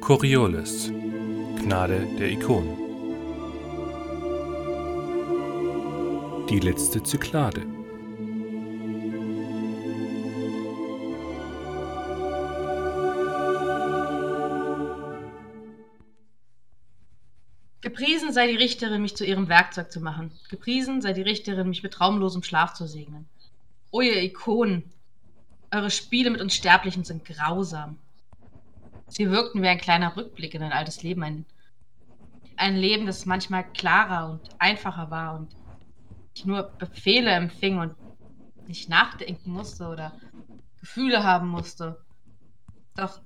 Coriolis Gnade der Ikonen Die letzte Zyklade Gepriesen sei die Richterin, mich zu ihrem Werkzeug zu machen. Gepriesen sei die Richterin, mich mit traumlosem Schlaf zu segnen. O ihr Ikonen, eure Spiele mit uns Sterblichen sind grausam. Sie wirkten wie ein kleiner Rückblick in ein altes Leben, ein, ein Leben, das manchmal klarer und einfacher war und ich nur Befehle empfing und nicht nachdenken musste oder Gefühle haben musste. Doch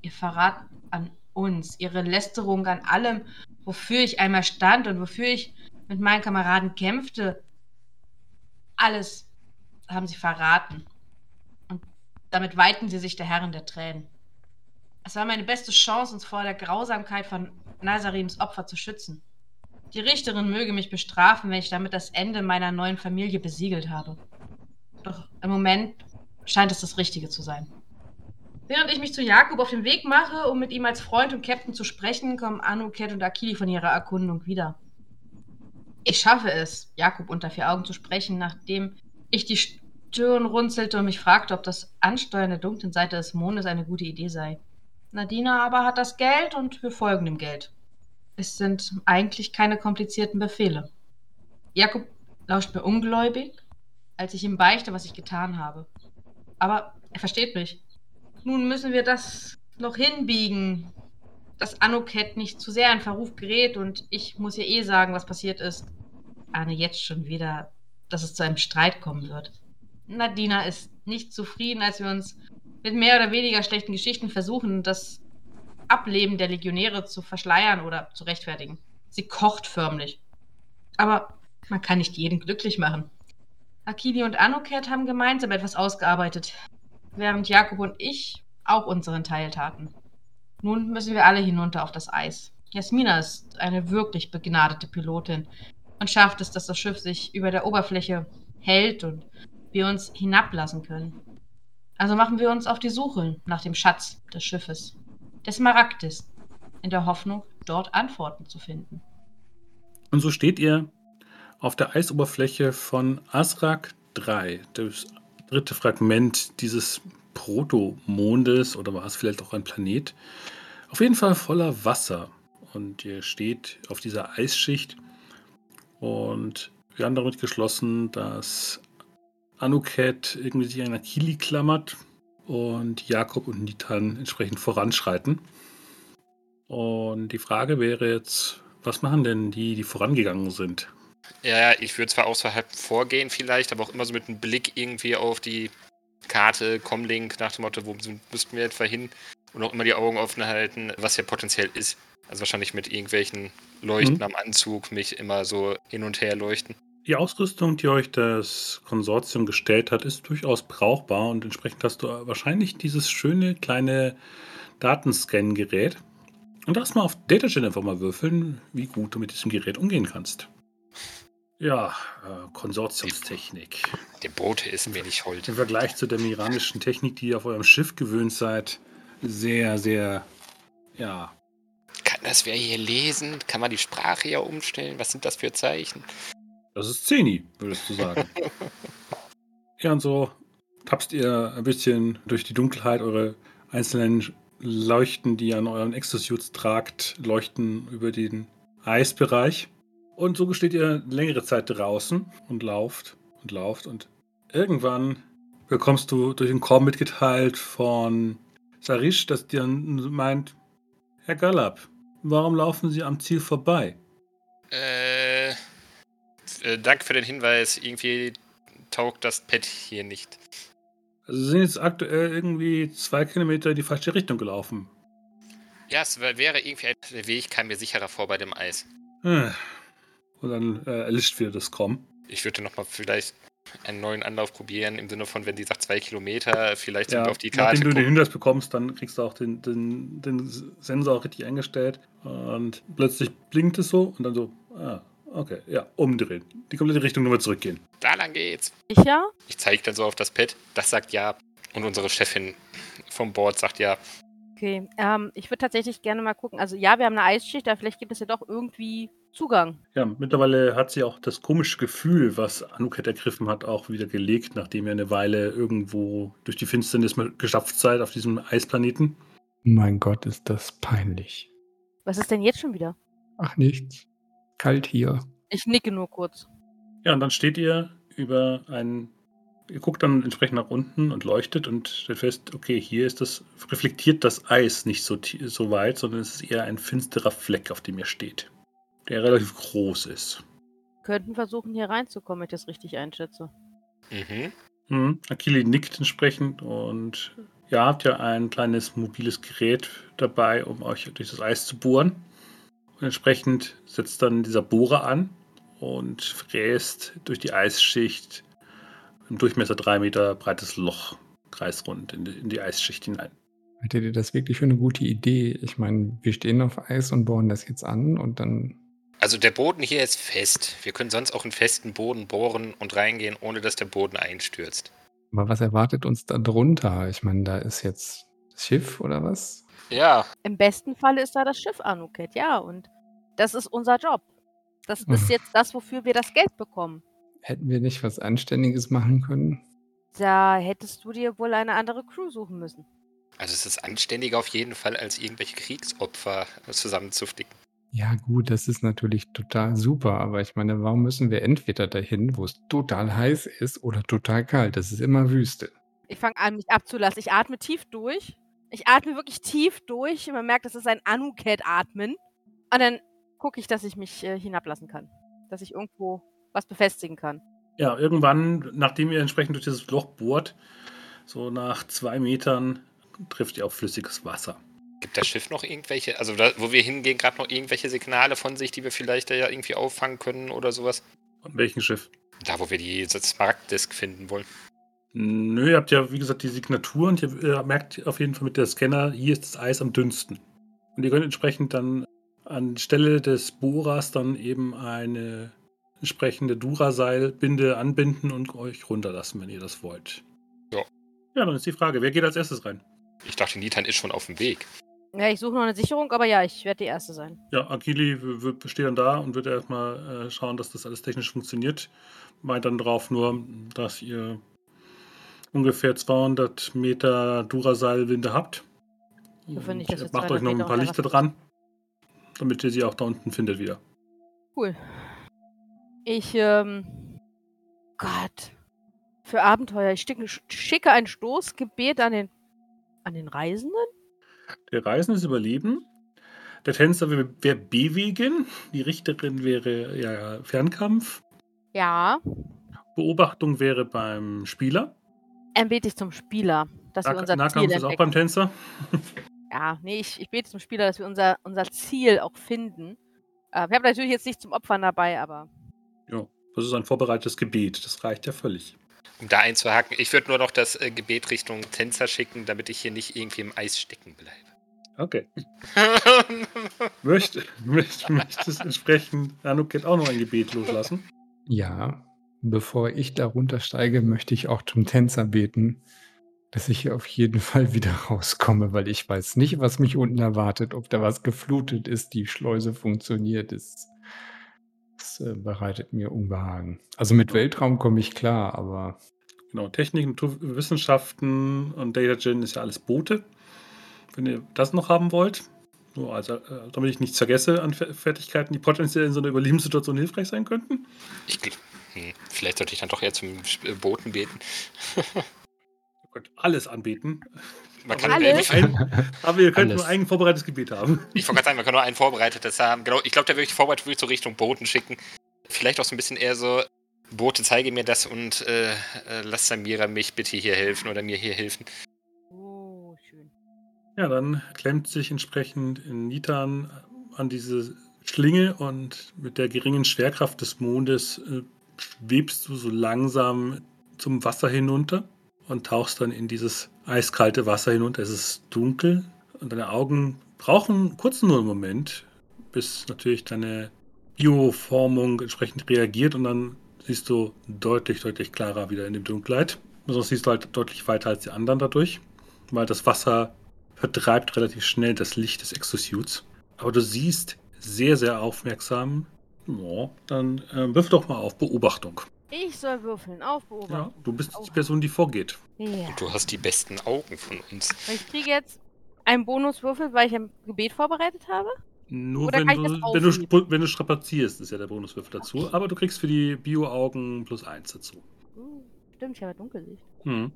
ihr Verrat an uns, ihre Lästerung an allem, wofür ich einmal stand und wofür ich mit meinen Kameraden kämpfte, alles haben sie verraten. Und damit weihten sie sich der Herren der Tränen. Es war meine beste Chance, uns vor der Grausamkeit von Nazarims Opfer zu schützen. Die Richterin möge mich bestrafen, wenn ich damit das Ende meiner neuen Familie besiegelt habe. Doch im Moment scheint es das Richtige zu sein. Während ich mich zu Jakob auf den Weg mache, um mit ihm als Freund und Captain zu sprechen, kommen Anu, Cat und Akili von ihrer Erkundung wieder. Ich schaffe es, Jakob unter vier Augen zu sprechen, nachdem ich die Stirn runzelte und mich fragte, ob das Ansteuern der dunklen Seite des Mondes eine gute Idee sei. Nadina aber hat das Geld und wir folgen dem Geld. Es sind eigentlich keine komplizierten Befehle. Jakob lauscht mir ungläubig, als ich ihm beichte, was ich getan habe. Aber er versteht mich. Nun müssen wir das noch hinbiegen, dass Anuket nicht zu sehr in Verruf gerät und ich muss ihr eh sagen, was passiert ist. Ahne jetzt schon wieder, dass es zu einem Streit kommen wird. Nadina ist nicht zufrieden, als wir uns mit mehr oder weniger schlechten Geschichten versuchen, das Ableben der Legionäre zu verschleiern oder zu rechtfertigen. Sie kocht förmlich. Aber man kann nicht jeden glücklich machen. Akili und Anuket haben gemeinsam etwas ausgearbeitet, während Jakob und ich auch unseren Teil taten. Nun müssen wir alle hinunter auf das Eis. Jasmina ist eine wirklich begnadete Pilotin und schafft es, dass das Schiff sich über der Oberfläche hält und wir uns hinablassen können. Also machen wir uns auf die Suche nach dem Schatz des Schiffes, des Maragdes, in der Hoffnung, dort Antworten zu finden. Und so steht ihr auf der Eisoberfläche von Asrak 3, das dritte Fragment dieses Protomondes oder war es vielleicht auch ein Planet. Auf jeden Fall voller Wasser. Und ihr steht auf dieser Eisschicht und wir haben damit geschlossen, dass Anuket irgendwie sich an Akili klammert und Jakob und Nitan entsprechend voranschreiten. Und die Frage wäre jetzt, was machen denn die, die vorangegangen sind? Ja, ja, ich würde zwar außerhalb vorgehen vielleicht, aber auch immer so mit einem Blick irgendwie auf die Karte, Comlink, nach dem Motto, wo müssten wir etwa hin? Und auch immer die Augen offen halten, was ja potenziell ist. Also wahrscheinlich mit irgendwelchen Leuchten Mhm. am Anzug mich immer so hin und her leuchten. Die Ausrüstung, die euch das Konsortium gestellt hat, ist durchaus brauchbar und entsprechend hast du wahrscheinlich dieses schöne kleine Datenscan-Gerät. Und lass mal auf DataGen einfach mal würfeln, wie gut du mit diesem Gerät umgehen kannst. Ja, äh, Konsortiumstechnik. Der Bote ist mir nicht hold. Im Vergleich zu der miranischen Technik, die ihr auf eurem Schiff gewöhnt seid, sehr, sehr, ja, Kann das wer hier lesen? Kann man die Sprache ja umstellen? Was sind das für Zeichen? Das ist Zeni, würdest du sagen. ja, und so tapst ihr ein bisschen durch die Dunkelheit. Eure einzelnen Leuchten, die ihr an euren Exosuits tragt, leuchten über den Eisbereich. Und so gesteht ihr längere Zeit draußen und lauft und lauft. Und irgendwann bekommst du durch den Korb mitgeteilt von Sarish, dass dir meint, Herr Galab, warum laufen Sie am Ziel vorbei? Äh, äh, danke für den Hinweis. Irgendwie taugt das Pad hier nicht. Also sie sind jetzt aktuell irgendwie zwei Kilometer in die falsche Richtung gelaufen. Ja, es wär- wäre irgendwie ein der Weg, kam mir sicherer vor bei dem Eis. Hm. Und dann äh, erlischt wieder das Krom. Ich würde nochmal vielleicht einen neuen Anlauf probieren, im Sinne von, wenn sie sagt zwei Kilometer, vielleicht sind Ja, wir auf die Karte nachdem du den gucken. Hinweis bekommst, dann kriegst du auch den, den, den Sensor richtig eingestellt. Und plötzlich blinkt es so und dann so, ah, okay, ja, umdrehen. Die komplette Richtung nochmal zurückgehen. Da lang geht's. Sicher? Ich zeige dann so auf das Pad. Das sagt ja. Und unsere Chefin vom Board sagt ja. Okay, ähm, ich würde tatsächlich gerne mal gucken. Also ja, wir haben eine Eisschicht, aber vielleicht gibt es ja doch irgendwie Zugang. Ja, mittlerweile hat sie auch das komische Gefühl, was Anuket ergriffen hat, auch wieder gelegt, nachdem ihr eine Weile irgendwo durch die Finsternis geschafft seid auf diesem Eisplaneten. Mein Gott, ist das peinlich. Was ist denn jetzt schon wieder? Ach nichts. Kalt hier. Ich nicke nur kurz. Ja, und dann steht ihr über einen. Ihr guckt dann entsprechend nach unten und leuchtet und stellt fest, okay, hier ist das, reflektiert das Eis nicht so, tie- so weit, sondern es ist eher ein finsterer Fleck, auf dem ihr steht, der relativ groß ist. Könnten versuchen, hier reinzukommen, wenn ich das richtig einschätze. Mhm. Mhm. Akili nickt entsprechend und ihr habt ja ein kleines mobiles Gerät dabei, um euch durch das Eis zu bohren. Und entsprechend setzt dann dieser Bohrer an und fräst durch die Eisschicht im Durchmesser drei Meter breites Loch kreisrund in die, in die Eisschicht hinein. Haltet ihr das wirklich für eine gute Idee? Ich meine, wir stehen auf Eis und bohren das jetzt an und dann. Also der Boden hier ist fest. Wir können sonst auch einen festen Boden bohren und reingehen, ohne dass der Boden einstürzt. Aber was erwartet uns da drunter? Ich meine, da ist jetzt das Schiff oder was? Ja, Im besten Falle ist da das Schiff Anuket, ja. Und das ist unser Job. Das ist Mhm. jetzt das, wofür wir das Geld bekommen. Hätten wir nicht was Anständiges machen können? Da hättest du dir wohl eine andere Crew suchen müssen. also es ist anständiger auf jeden Fall, als irgendwelche Kriegsopfer zusammenzuflicken. Ja, gut, das ist natürlich total super, aber ich meine, warum müssen wir entweder dahin, wo es total heiß ist oder total kalt? Das ist immer Wüste. Ich fange an, mich abzulassen. Ich atme tief durch. Ich atme wirklich tief durch. Man merkt, das ist ein Anuket-Atmen. Und dann gucke ich, dass ich mich äh, hinablassen kann. Dass ich irgendwo was befestigen kann. Ja, irgendwann, nachdem ihr entsprechend durch dieses Loch bohrt, so nach zwei Metern trifft ihr auf flüssiges Wasser. Gibt das Schiff noch irgendwelche, also da, wo wir hingehen, gerade noch irgendwelche Signale von sich, die wir vielleicht da ja irgendwie auffangen können oder sowas? Von welchem Schiff? Da, wo wir die Smartdisk finden wollen. Nö, ihr habt ja, wie gesagt, die Signatur und ihr, ihr merkt auf jeden Fall mit der Scanner, hier ist das Eis am dünnsten. Und ihr könnt entsprechend dann anstelle des Bohrers dann eben eine entsprechende Duraseilbinde anbinden und euch runterlassen, wenn ihr das wollt. Ja. Ja, dann ist die Frage, wer geht als erstes rein? Ich dachte, Nitan ist schon auf dem Weg. Ja, ich suche noch eine Sicherung, aber ja, ich werde die Erste sein. Ja, Akili w- wird- steht dann da und wird erstmal äh, schauen, dass das alles technisch funktioniert. Meint dann drauf nur, dass ihr ungefähr 200 Meter Duraseilwinde habt. Ich hoffe nicht, dass wir Und macht euch 200 noch ein Meter paar Lichter unter dran, damit ihr sie auch da unten findet wieder. Cool. Ich, ähm. Gott. Für Abenteuer. Ich sticke, schicke ein Stoßgebet an den. An den Reisenden? Der Reisende ist überleben. Der Tänzer wäre wär Bewegen. Die Richterin wäre ja Fernkampf. Ja. Beobachtung wäre beim Spieler. Dann Ähm, bete ich zum Spieler, dass wir Nahk- Also unser Nahkampf Ziel ist auch entdecken. beim Tänzer. Ja, nee, ich, ich bete zum Spieler, dass wir unser, unser Ziel auch finden. Äh, wir haben natürlich jetzt nicht zum Opfern dabei, aber Ja, das ist ein vorbereitetes Gebet. Das reicht ja völlig. Um da einzuhaken, ich würde nur noch das äh, Gebet Richtung Tänzer schicken, damit ich hier nicht irgendwie im Eis stecken Okay. bleibe. Möchte, möchte, möchtest entsprechend Anuket auch noch ein Gebet loslassen? Ja, bevor ich da runtersteige, möchte ich auch zum Tänzer beten, dass ich hier auf jeden Fall wieder rauskomme, weil ich weiß nicht, was mich unten erwartet, ob da was geflutet ist, die Schleuse funktioniert ist. Das äh, bereitet mir Unbehagen. Also mit Weltraum komme ich klar, aber Genau, Technik, Natur- Wissenschaften und Data Gen ist ja alles Boote. Wenn ihr das noch haben wollt, nur also, äh, damit ich nichts vergesse an Fe- Fertigkeiten, die potenziell in so einer Überlebenssituation hilfreich sein könnten. Ich gl- hm, vielleicht sollte ich dann doch eher zum Sp- äh, Boten beten. Ihr könnt alles anbeten. Man Aber kann, Alle? ich, ich wollte Aber ihr könnt Alles. nur ein vorbereitetes Gebet haben. gerade sagen, man kann nur ein vorbereitetes haben. Genau, ich glaube, der würde ich vorbereitet wirklich so Richtung Boten schicken. Vielleicht auch so ein bisschen eher so, Bote, zeige mir das und äh, äh, lass Samira mich bitte hier helfen oder mir hier helfen. oh, schön. Ja, dann klemmt sich entsprechend Nitan an diese Schlinge und mit der geringen Schwerkraft des Mondes äh, schwebst du so langsam zum Wasser hinunter und tauchst dann in dieses eiskalte Wasser hinunter. Es ist dunkel und deine Augen brauchen kurz nur einen Moment, bis natürlich deine Bioformung entsprechend reagiert und dann siehst du deutlich, deutlich Also klarer wieder in dem Dunkelheit. Sonst siehst du halt deutlich weiter als die anderen dadurch, weil das Wasser vertreibt relativ schnell das Licht des Exosuits. Aber du siehst sehr, sehr aufmerksam. Ja, dann äh, wirf doch mal auf Beobachtung. Ich soll würfeln, auf Ja, Beobachtung. du bist die Person, die vorgeht. Ja. Und du hast die besten Augen von uns. Ich kriege jetzt einen Bonuswürfel, weil ich ein Gebet vorbereitet habe. Nur Oder wenn kann ich du, das wenn, du, aufheben? sp- wenn du strapazierst, ist ja der Bonuswürfel dazu. Aber du kriegst für die Bio-Augen plus eins dazu. Uh, stimmt, ich habe Dunkellicht. Hm.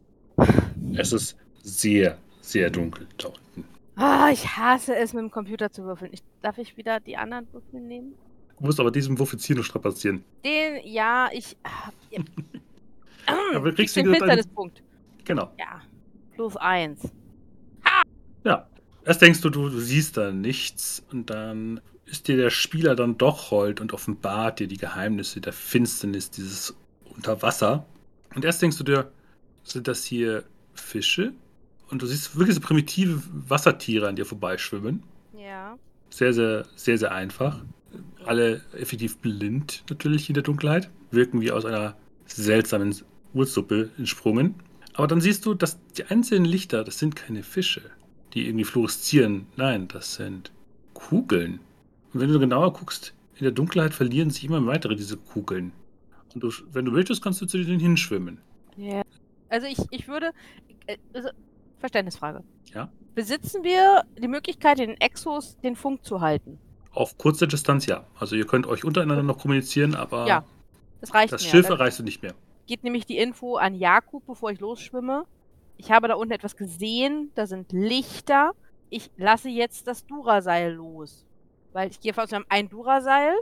Es ist sehr, sehr dunkel da unten. Ah, ich hasse es, mit dem Computer zu würfeln. Ich, darf ich wieder die anderen Würfel nehmen? Du musst aber diesem Wurf jetzt hier nur strapazieren. Den, ja, ich. Ah, ja. Aber du kriegst, wie den gesagt, einen, Finsternispunkt. genau. Ja. Plus eins. Ja. Erst denkst du, du, du siehst da nichts und dann ist dir der Spieler dann doch hold und offenbart dir die Geheimnisse der Finsternis dieses Unterwasser. Und erst denkst du dir, sind das hier Fische? Und du siehst wirklich so primitive Wassertiere an dir vorbeischwimmen. Ja. Sehr, sehr, sehr, sehr einfach. Alle effektiv blind natürlich in der Dunkelheit. Wirken wie aus einer seltsamen Ursuppe entsprungen. Aber dann siehst du, dass die einzelnen Lichter, das sind keine Fische, die irgendwie fluoreszieren. Nein, das sind Kugeln. Und wenn du genauer guckst, in der Dunkelheit verlieren sich immer weitere diese Kugeln. Und du, wenn du möchtest, kannst du zu denen hinschwimmen. Ja. Also ich, ich würde. äh, Also, Verständnisfrage. Ja. Besitzen wir die Möglichkeit, den Exos den Funk zu halten? Auf kurze Distanz ja. Also ihr könnt euch untereinander noch kommunizieren, aber Ja, ne? Das reicht das mir. Schiff Dann- erreichst du nicht mehr. geht nämlich die Info an Jakub, bevor ich losschwimme. Ich habe da unten etwas gesehen, da sind Lichter. Ich lasse jetzt das Duraseil los. Weil ich gehe davon aus, wir haben ein Duraseil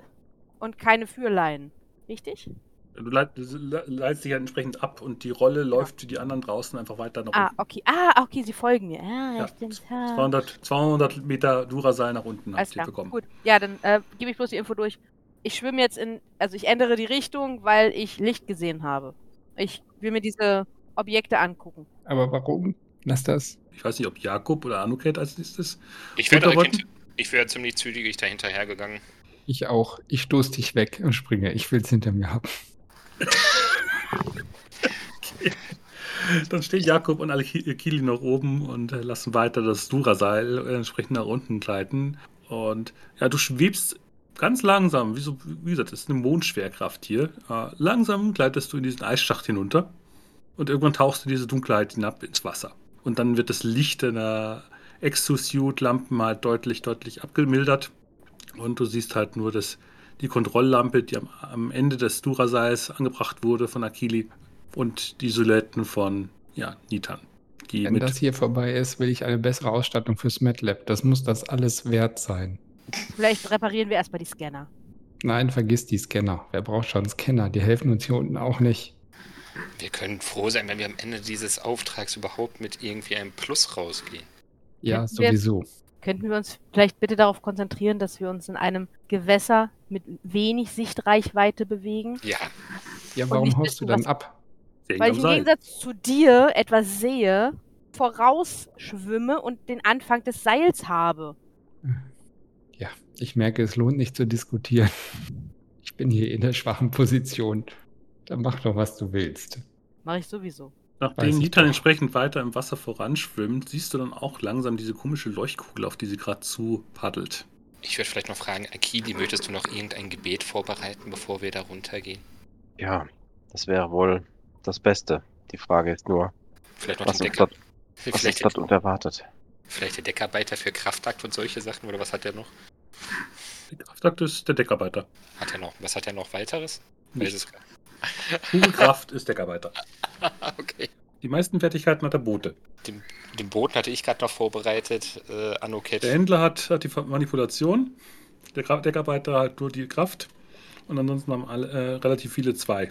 und keine Führleinen. Richtig? Du leit- le- leitest dich halt entsprechend ab und die Rolle läuft für die anderen draußen einfach weiter nach Ah, unten. okay. Ah, okay, sie folgen mir. Ah, ja, Ja, stimmt. Ah. 200, 200 Meter Duraseil nach unten Alles habt ihr klar. bekommen. Gut. Ja, dann äh, gebe ich bloß die Info durch. Ich schwimme jetzt in, also ich ändere die Richtung, weil ich Licht gesehen habe. Ich will mir diese Objekte angucken. Aber warum? Lass das. Ich weiß nicht, ob Jakob oder Anuket als nächstes. Ich wäre direkt Unterwollten? hinter, ich wäre ziemlich zügig da hinterhergegangen. Ich auch. Ich stoß dich weg und springe. Ich will's hinter mir haben. Dann stehen Jakob und alle Ki- Kili noch oben und äh, lassen weiter das Duraseil äh, entsprechend nach unten gleiten. Und ja, du schwebst ganz langsam, wie, so, wie gesagt, das ist eine Mondschwerkraft hier. Äh, langsam gleitest du in diesen Eisschacht hinunter und irgendwann tauchst du in diese Dunkelheit hinab ins Wasser. Und dann wird das Licht deiner Exosuit-Lampen halt deutlich, deutlich abgemildert. Und du siehst halt nur, dass die Kontrolllampe, die am, am Ende des Duraseils angebracht wurde von Akili, und die Silhouetten von ja, Nitan. Die Wenn mit das hier vorbei ist, will ich eine bessere Ausstattung fürs MATLAB. Das muss das alles wert sein. Vielleicht reparieren wir erstmal die Scanner. Nein, vergiss die Scanner. Wer braucht schon Scanner? Die helfen uns hier unten auch nicht. Wir können froh sein, wenn wir am Ende dieses Auftrags überhaupt mit irgendwie einem Plus rausgehen. Ja, Hätten wir jetzt- sowieso. Könnten wir uns vielleicht bitte darauf konzentrieren, dass wir uns in einem Gewässer mit wenig Sichtreichweite bewegen? Ja, Ja, Und warum nicht haust wissen, du dann was- ab? Segen Weil am ich im Seil. Gegensatz zu dir etwas sehe, vorausschwimme und den Anfang des Seils habe. Ja, ich merke, es lohnt nicht zu diskutieren. Ich bin hier in der schwachen Position. Dann mach doch, was du willst. Mache ich sowieso. Weiß Nachdem ich Nitan doch. entsprechend weiter im Wasser voranschwimmt, siehst du dann auch langsam diese komische Leuchtkugel, auf die sie gerade zu paddelt. ich würde vielleicht noch fragen, Akili, möchtest du noch irgendein Gebet vorbereiten, bevor wir da runtergehen? Ja, das wäre wohl das Beste. Die Frage ist nur, Vielleicht noch was den uns, Decker, dort, was uns vielleicht, dort unterwartet. vielleicht der Deckarbeiter für Kraftakt und solche Sachen oder was hat er noch? Der Kraftakt ist der Deckarbeiter. Hat er noch, was hat er noch weiteres? Nicht. Weiß es- Kugelkraft ist Deckarbeiter. okay. Die meisten Fertigkeiten hat der Bote. Den Boten hatte ich gerade noch vorbereitet, äh, Anoket. Der Händler hat, hat die Ver- Manipulation, der Gra- Deckarbeiter hat nur die Kraft und ansonsten haben alle, äh, relativ viele zwei.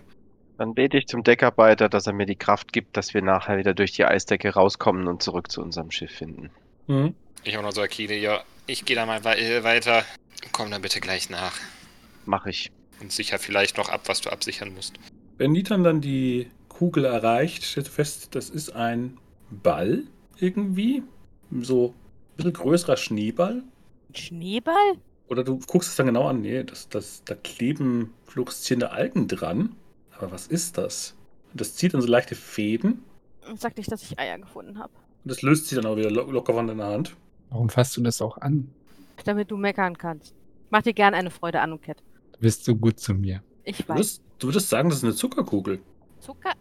Dann bete ich zum Deckarbeiter, dass er mir die Kraft gibt, dass wir nachher wieder durch die Eisdecke rauskommen und zurück zu unserem Schiff finden. Mhm. Ich auch noch so, Akili, ja, ich gehe da mal wei- äh, weiter. Komm dann bitte gleich nach. Mach ich. Und sicher vielleicht noch ab, was du absichern musst. Wenn Nitan dann die Kugel erreicht, stellst du fest, das ist ein Ball irgendwie. So ein bisschen größerer Schneeball. Ein Schneeball? Oder du guckst es dann genau an, nee, das, das, da kleben fluoreszierende Algen dran. Aber was ist das? Und das zieht dann so leichte Fäden. Und sag nicht, dass ich Eier gefunden habe. Und das löst sich dann auch wieder lo locker von deiner Hand. Warum fasst du das auch an? damit du meckern kannst. Mach dir gern eine Freude, Anuket. Du bist so gut zu mir. Ich Du weiß. würdest, du würdest sagen, das ist eine Zuckerkugel. Zucker?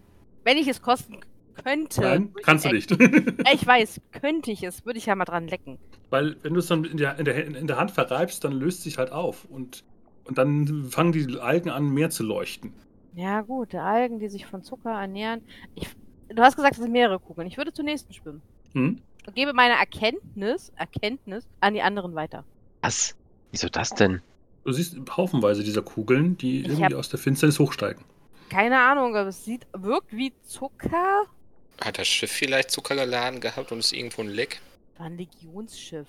Wenn ich es kosten könnte. Nein, würde ich kannst du es nicht. echt- Ich weiß, könnte ich es, würde ich ja mal dran lecken. Weil wenn du es dann in der, in, der, in der Hand verreibst, dann löst sich halt auf. Und, und dann fangen die Algen an, mehr zu leuchten. Ja, gut, die Algen, die sich von Zucker ernähren. Ich, du hast gesagt, es sind mehrere Kugeln. Ich würde zur nächsten schwimmen. Hm? Und gebe meine Erkenntnis, Erkenntnis an die anderen weiter. Was? Wieso das denn? Du siehst haufenweise dieser Kugeln, die Ich hab- irgendwie aus der Finsternis hochsteigen. Keine Ahnung, aber es sieht, wirkt wie Zucker. Hat das Schiff vielleicht Zucker geladen gehabt und ist irgendwo ein Leck? War ein Legionsschiff.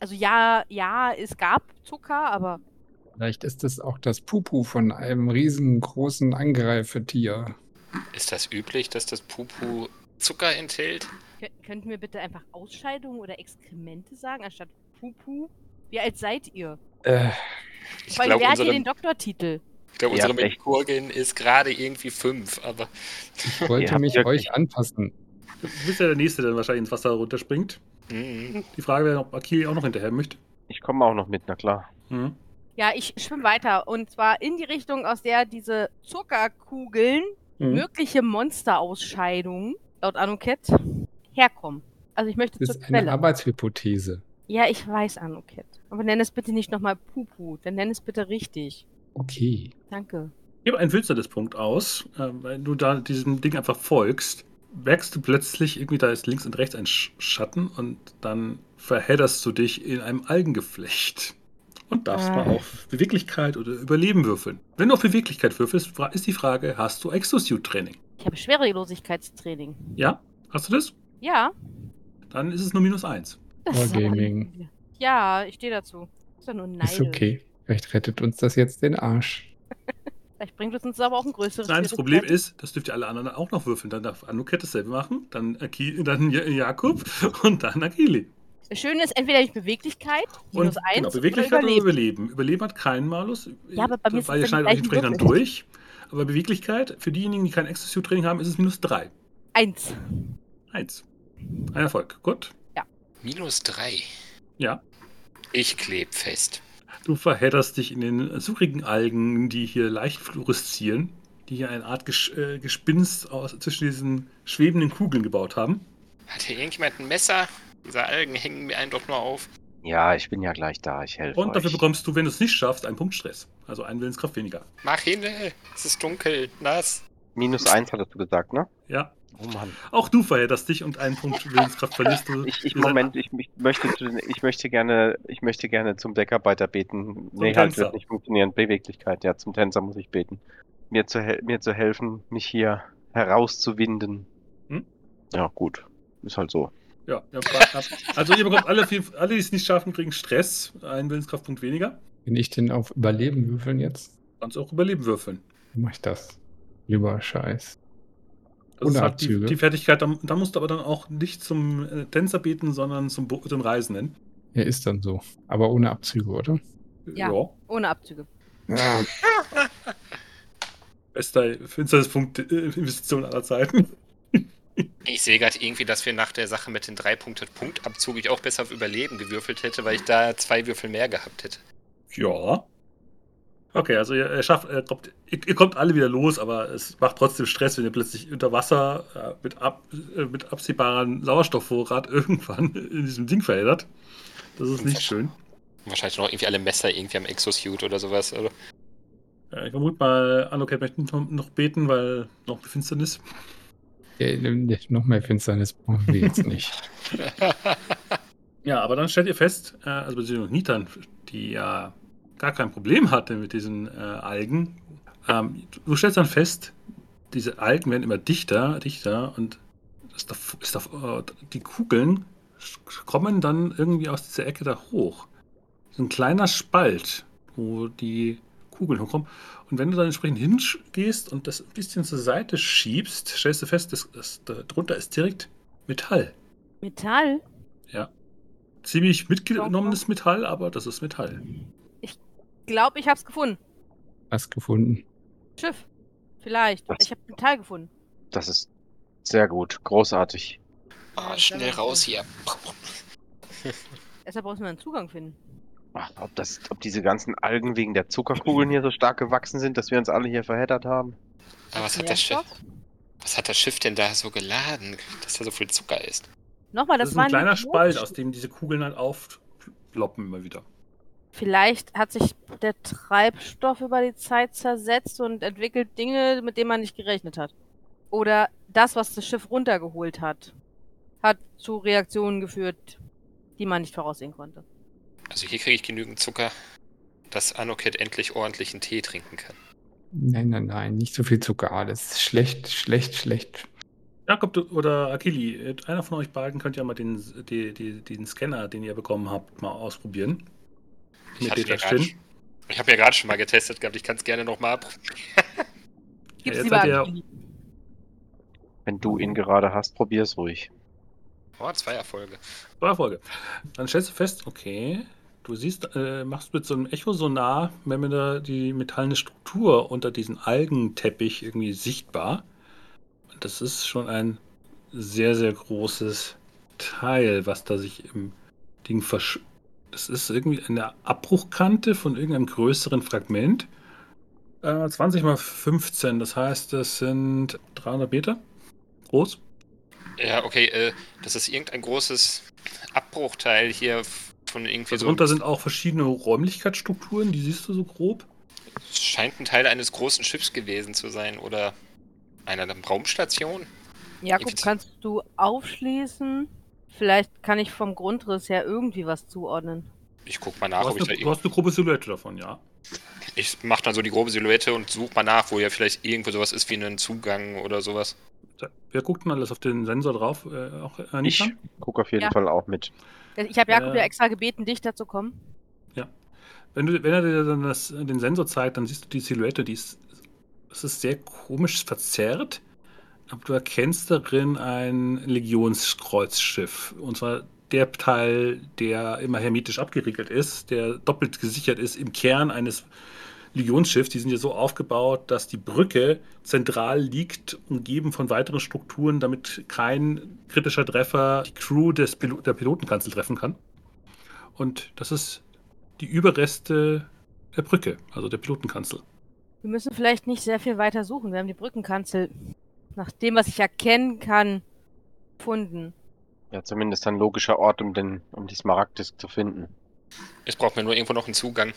Also ja, ja, es gab Zucker, aber Vielleicht ist das auch das Pupu von einem riesengroßen Angreifetier. Ist das üblich, dass das Pupu Zucker enthält? Kö- Könnten wir bitte einfach Ausscheidungen oder Exkremente sagen, anstatt Pupu? Wie alt seid ihr? Äh, Ich Weil glaube, wer hat hier den unsere, Doktortitel? ich glaub, Ja, unsere vielleicht. Medikurgin ist gerade irgendwie fünf, aber ich Ihr wollte habt mich wirklich- euch anpassen. Du bist ja der Nächste, der wahrscheinlich ins Wasser runterspringt. mm, Die Frage wäre, ob Akili auch noch hinterher möchte. Ich komme auch noch mit, na klar. Hm? Ja, ich schwimme weiter. Und zwar in die Richtung, aus der diese Zuckerkugeln, Mhm. Hm? mögliche Monsterausscheidungen, laut Anuket, herkommen. Also ich möchte Das zur ist eine Quelle. Arbeitshypothese. ja, ich weiß, Anuket. Aber nenn es bitte nicht nochmal Pupu. Dann nenn es bitte richtig. Okay. Danke. Gib einen Finsternispunkt aus. Äh, wenn du da diesem Ding einfach folgst, merkst du plötzlich, irgendwie da ist links und rechts ein Sch Schatten und dann verhedderst du dich in einem Algengeflecht. Und darfst Ah. mal auf Beweglichkeit oder Überleben würfeln. Wenn du auf Beweglichkeit würfelst, fra- ist die Frage, hast du Exosuit-Training? Ich habe Schwerelosigkeitstraining. Ja? Hast du das? Ja. Dann ist es nur minus eins. das ist aber- Wargaming. Ja, ich stehe dazu. Ist doch nur neidisch. Ist okay. Vielleicht rettet uns das jetzt den Arsch. Vielleicht bringt es uns aber auch ein größeres Nein, das Problem Schwierigkeits- ist, das dürft ihr alle anderen auch noch würfeln. Dann darf Anuket dasselbe machen, dann, Aki dann Ja- Jakob und dann Akili. Das Schöne ist, entweder ich Beweglichkeit, minus Und eins, genau, oder Beweglichkeit oder Überleben. Überleben. Überleben hat keinen Malus, Ja, aber bei mir weil sind ihr es dann schneidet die euch entsprechend dann gleichen durch. Aber Beweglichkeit, für diejenigen, die kein Exzessiv-Training haben, ist es minus drei. Eins. Eins. Ein Erfolg. Gut. minus drei. Ja. Ich kleb fest. Du verhedderst dich in den suchrigen Algen, die hier leicht fluoreszieren, die hier eine Art Gesch äh, Gespinst aus, zwischen diesen schwebenden Kugeln gebaut haben. Hat hier irgendjemand ein Messer? Diese Algen hängen mir einen doch nur auf. Ja, ich bin ja gleich da, ich helfe Und euch. dafür bekommst du, wenn du es nicht schaffst, einen Punkt Stress. Also einen Willenskraft weniger. Mach hin, ey. es ist dunkel, nass. Minus eins hattest du gesagt, ne? Ja. Oh Mann. Auch du verhedderst dich und einen Punkt Willenskraft verlierst du. Ich, ich Ihr seid Moment, ich, ich möchte zu den, ich möchte gerne, ich möchte gerne zum Deckarbeiter beten. nee, halt Tänzer. wird nicht funktionieren. Beweglichkeit, ja, zum Tänzer muss ich beten. Mir zu hel mir zu helfen, mich hier herauszuwinden. Hm? Ja, gut. Ist halt so. Ja, ja, ab- also ihr bekommt alle, vier- alle die es nicht schaffen, kriegen Stress, einen Willenskraftpunkt weniger. Wenn ich den auf Überleben würfeln jetzt, Kannst auch Überleben würfeln. dann mach ich das. Lieber Scheiß. Das ist Ohne halt die, Abzüge. die Fertigkeit. Da, da musst du aber dann auch nicht zum äh, Tänzer beten, sondern zum, Bo- zum Reisenden. Er ist dann so. Aber ohne Abzüge, oder? Ja. Ohne Abzüge. Ja. Bester Finsternispunkt äh, Investition aller Zeiten. Ich sehe gerade irgendwie, dass wir nach der Sache mit den drei Punkten Punktabzug ich auch besser auf Überleben gewürfelt hätte, weil ich da zwei Würfel mehr gehabt hätte. Ja. Okay, also ihr, ihr schafft, ihr kommt, ihr, ihr kommt alle wieder los, aber es macht trotzdem Stress, wenn ihr plötzlich unter Wasser äh, mit, ab, äh, mit absehbarem Sauerstoffvorrat irgendwann in diesem Ding verheddert. Das ist nicht schön. Wahrscheinlich noch irgendwie alle Messer irgendwie am Exosuit oder sowas. Oder? Ja, Äh, ich vermute mal, Anoket möchte noch, noch beten, weil noch Finsternis. Äh, noch mehr Finsternis brauchen wir jetzt nicht. Ja, aber dann stellt ihr fest, äh, also beziehungsweise Nitan, die ja gar kein Problem hatte mit diesen äh, Algen, ähm, du stellst dann fest, diese Algen werden immer dichter, dichter und das da, ist da, äh, die Kugeln sch- kommen dann irgendwie aus dieser Ecke da hoch. So ein kleiner Spalt, wo die Kugeln hochkommen. Und wenn du dann entsprechend hingehst und das ein bisschen zur Seite schiebst, stellst du fest, dass, dass da drunter ist direkt Metall. Metall? Ziemlich mitgenommenes Metall, aber das ist Metall. Glaub, ich hab's gefunden. Was gefunden? Schiff. Vielleicht. Was? Ich hab Metall gefunden. Das ist sehr gut. Großartig. Ah, Oh, schnell raus hier. Deshalb brauchst du einen Zugang finden. Ach, ob, das, ob diese ganzen Algen wegen der Zuckerkugeln hier so stark gewachsen sind, dass wir uns alle hier verheddert haben. Aber was hat, das Schiff, Nährstoff? was hat das Schiff denn da so geladen, dass da so viel Zucker ist? Nochmal, das, Das, ist war ein kleiner Not- Spalt, aus dem diese Kugeln halt aufploppen immer wieder. Vielleicht hat sich der Treibstoff über die Zeit zersetzt und entwickelt Dinge, mit denen man nicht gerechnet hat. Oder das, was das Schiff runtergeholt hat, hat zu Reaktionen geführt, die man nicht voraussehen konnte. Also hier kriege ich genügend Zucker, dass Anoket endlich ordentlichen Tee trinken kann. Nein, nein, nein, nicht so viel Zucker. Alles ist schlecht, schlecht, schlecht. Jakob du- oder Akili, äh, einer von euch beiden könnt ja mal den, die, die, den Scanner, den ihr bekommen habt, mal ausprobieren. Ich Mit hatte Data ja gerade- Stin. Ich habe ja gerade schon mal getestet gehabt, ich kann es gerne nochmal probieren. Ja, Gib's jetzt lieber hat er- Akili. Wenn du ihn gerade hast, probier's ruhig. Oh, zwei Erfolge. Zwei Erfolge. Dann stellst du fest, okay, du siehst, äh, machst mit so einem Echosonar, wenn man da die metallene Struktur unter diesem Algenteppich irgendwie sichtbar. Und Das ist schon ein sehr, sehr großes Teil, was da sich im Ding versch... Das ist irgendwie eine Abbruchkante von irgendeinem größeren Fragment. Äh, 20 mal 15, das heißt, das sind 300 Meter groß. Ja, okay, äh, das ist irgendein großes Abbruchteil hier von irgendwie so. Darunter sind auch verschiedene Räumlichkeitsstrukturen, die siehst du so grob. Es scheint ein Teil eines großen Schiffs gewesen zu sein oder einer Raumstation. Jakob, Gibt's- kannst du aufschließen? Vielleicht kann ich vom Grundriss her irgendwie was zuordnen. Ich guck mal Du nach, hast, ob ich da eine, du hast eine grobe Silhouette davon, ja. Ich mache dann so die grobe Silhouette und suche mal nach, wo ja vielleicht irgendwo sowas ist wie einen Zugang oder sowas. Wer guckt denn alles auf den Sensor drauf? Äh, auch Anita? Ich guck auf jeden Ja. Fall auch mit. Ich habe Jakob Äh. ja extra gebeten, dichter zu kommen. Wenn, du, wenn er dir dann das, den Sensor zeigt, dann siehst du die Silhouette, die ist, es ist sehr komisch verzerrt, aber du erkennst darin ein Legionskreuzschiff. Und zwar der Teil, der immer hermetisch abgeriegelt ist, der doppelt gesichert ist im Kern eines Legionsschiffs. Die sind ja so aufgebaut, dass die Brücke zentral liegt, umgeben von weiteren Strukturen, damit kein kritischer Treffer die Crew des Pilo der Pilotenkanzel treffen kann. Und das ist die Überreste der Brücke, also der Pilotenkanzel. Wir müssen vielleicht nicht sehr viel weiter suchen. Wir haben die Brückenkanzel nach dem, was ich erkennen kann, gefunden. Ja, zumindest ein logischer Ort, um, den, um die Smaragdisk zu finden. Es braucht mir nur irgendwo noch einen Zugang.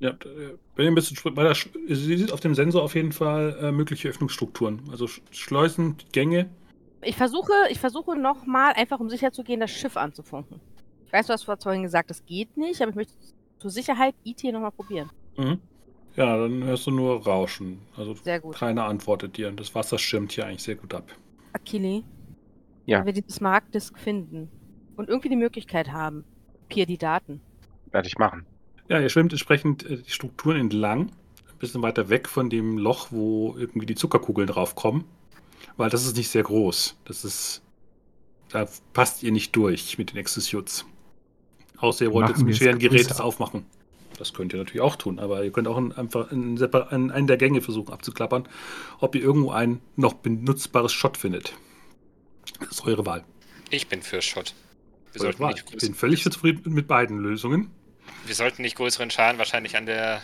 Ja, äh, wenn ihr ein bisschen spr- weiter, sch- sie sieht auf dem Sensor auf jeden Fall äh, mögliche Öffnungsstrukturen, also Sch- Schleusen, Gänge. Ich versuche, ich versuche nochmal, einfach um sicher zu gehen, das Schiff anzufunken. Ich weiß, du hast vorhin gesagt, das geht nicht, aber ich möchte zur Sicherheit E IT nochmal probieren. Ja, dann hörst du nur Rauschen. Also Sehr gut. keiner antwortet dir. Das Wasser schirmt hier eigentlich sehr gut ab. Akili, Ja. wenn wir dieses Marktdisk finden und irgendwie die Möglichkeit haben, kopier die Daten. Werde ich machen. Ja, ihr schwimmt entsprechend äh, die Strukturen entlang, ein bisschen weiter weg von dem Loch, wo irgendwie die Zuckerkugeln draufkommen, weil das ist nicht sehr groß. Das ist, da passt ihr nicht durch mit den Exzessiuts. Außer ihr wollt Machen jetzt mit wir es schweren Geräten das größer. aufmachen. Das könnt ihr natürlich auch tun, aber ihr könnt auch ein, einfach ein, separ- ein, einen der Gänge versuchen abzuklappern, ob ihr irgendwo ein noch benutzbares Schott findet. Das ist eure Wahl. Ich bin für Schott. Wir Eure sollten, Wahl. nicht Ich bin größ- völlig zufrieden mit beiden Lösungen. wir sollten nicht größeren Schaden wahrscheinlich an der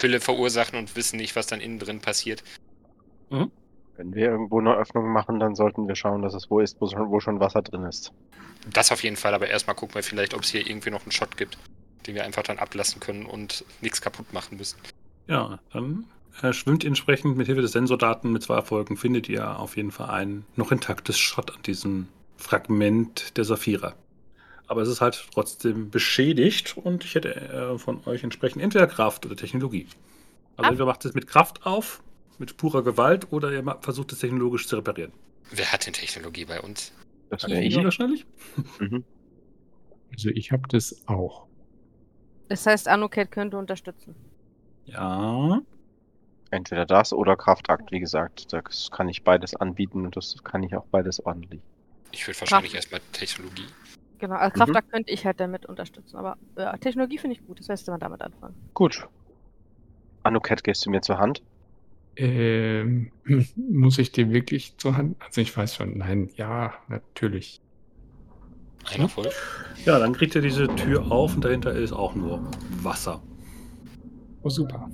Hülle verursachen und wissen nicht, was dann innen drin passiert. Wenn wir irgendwo eine Öffnung machen, dann sollten wir schauen, dass es wo ist, wo schon, wo schon Wasser drin ist. Das auf jeden Fall, aber erstmal gucken wir vielleicht, ob es hier irgendwie noch einen Schott gibt, den wir einfach dann ablassen können und nichts kaputt machen müssen. Ja, dann äh, schwimmt ihr entsprechend mit Hilfe des Sensordaten mit zwei Erfolgen, findet ihr auf jeden Fall ein noch intaktes Schott an diesem Fragment der Saphira. Aber es ist halt trotzdem beschädigt und ich hätte äh, von euch entsprechend entweder Kraft oder Technologie. Aber Ah. entweder macht es mit Kraft auf, mit purer Gewalt oder ihr ma- versucht es technologisch zu reparieren. Wer hat denn Technologie bei uns? Das Ja, wäre ich- ich. Ihr wahrscheinlich? Mhm. Also ich habe das auch. Das heißt, Anoket könnte unterstützen. Ja. Entweder das oder Kraftakt, wie gesagt. Das kann ich beides anbieten und das kann ich auch beides ordentlich. Ich würde wahrscheinlich erstmal Technologie. Genau, Mhm. also Kraftwerk könnte ich halt damit unterstützen, aber ja, Technologie finde ich gut, das heißt, wenn man damit anfangen. Gut. Anuket, gehst du mir zur Hand? Ähm, muss ich den wirklich zur Hand? Also ich weiß schon, nein, ja, natürlich. Ein Erfolg. Ja, dann kriegt ihr diese Tür auf und dahinter ist auch nur Wasser. Oh super.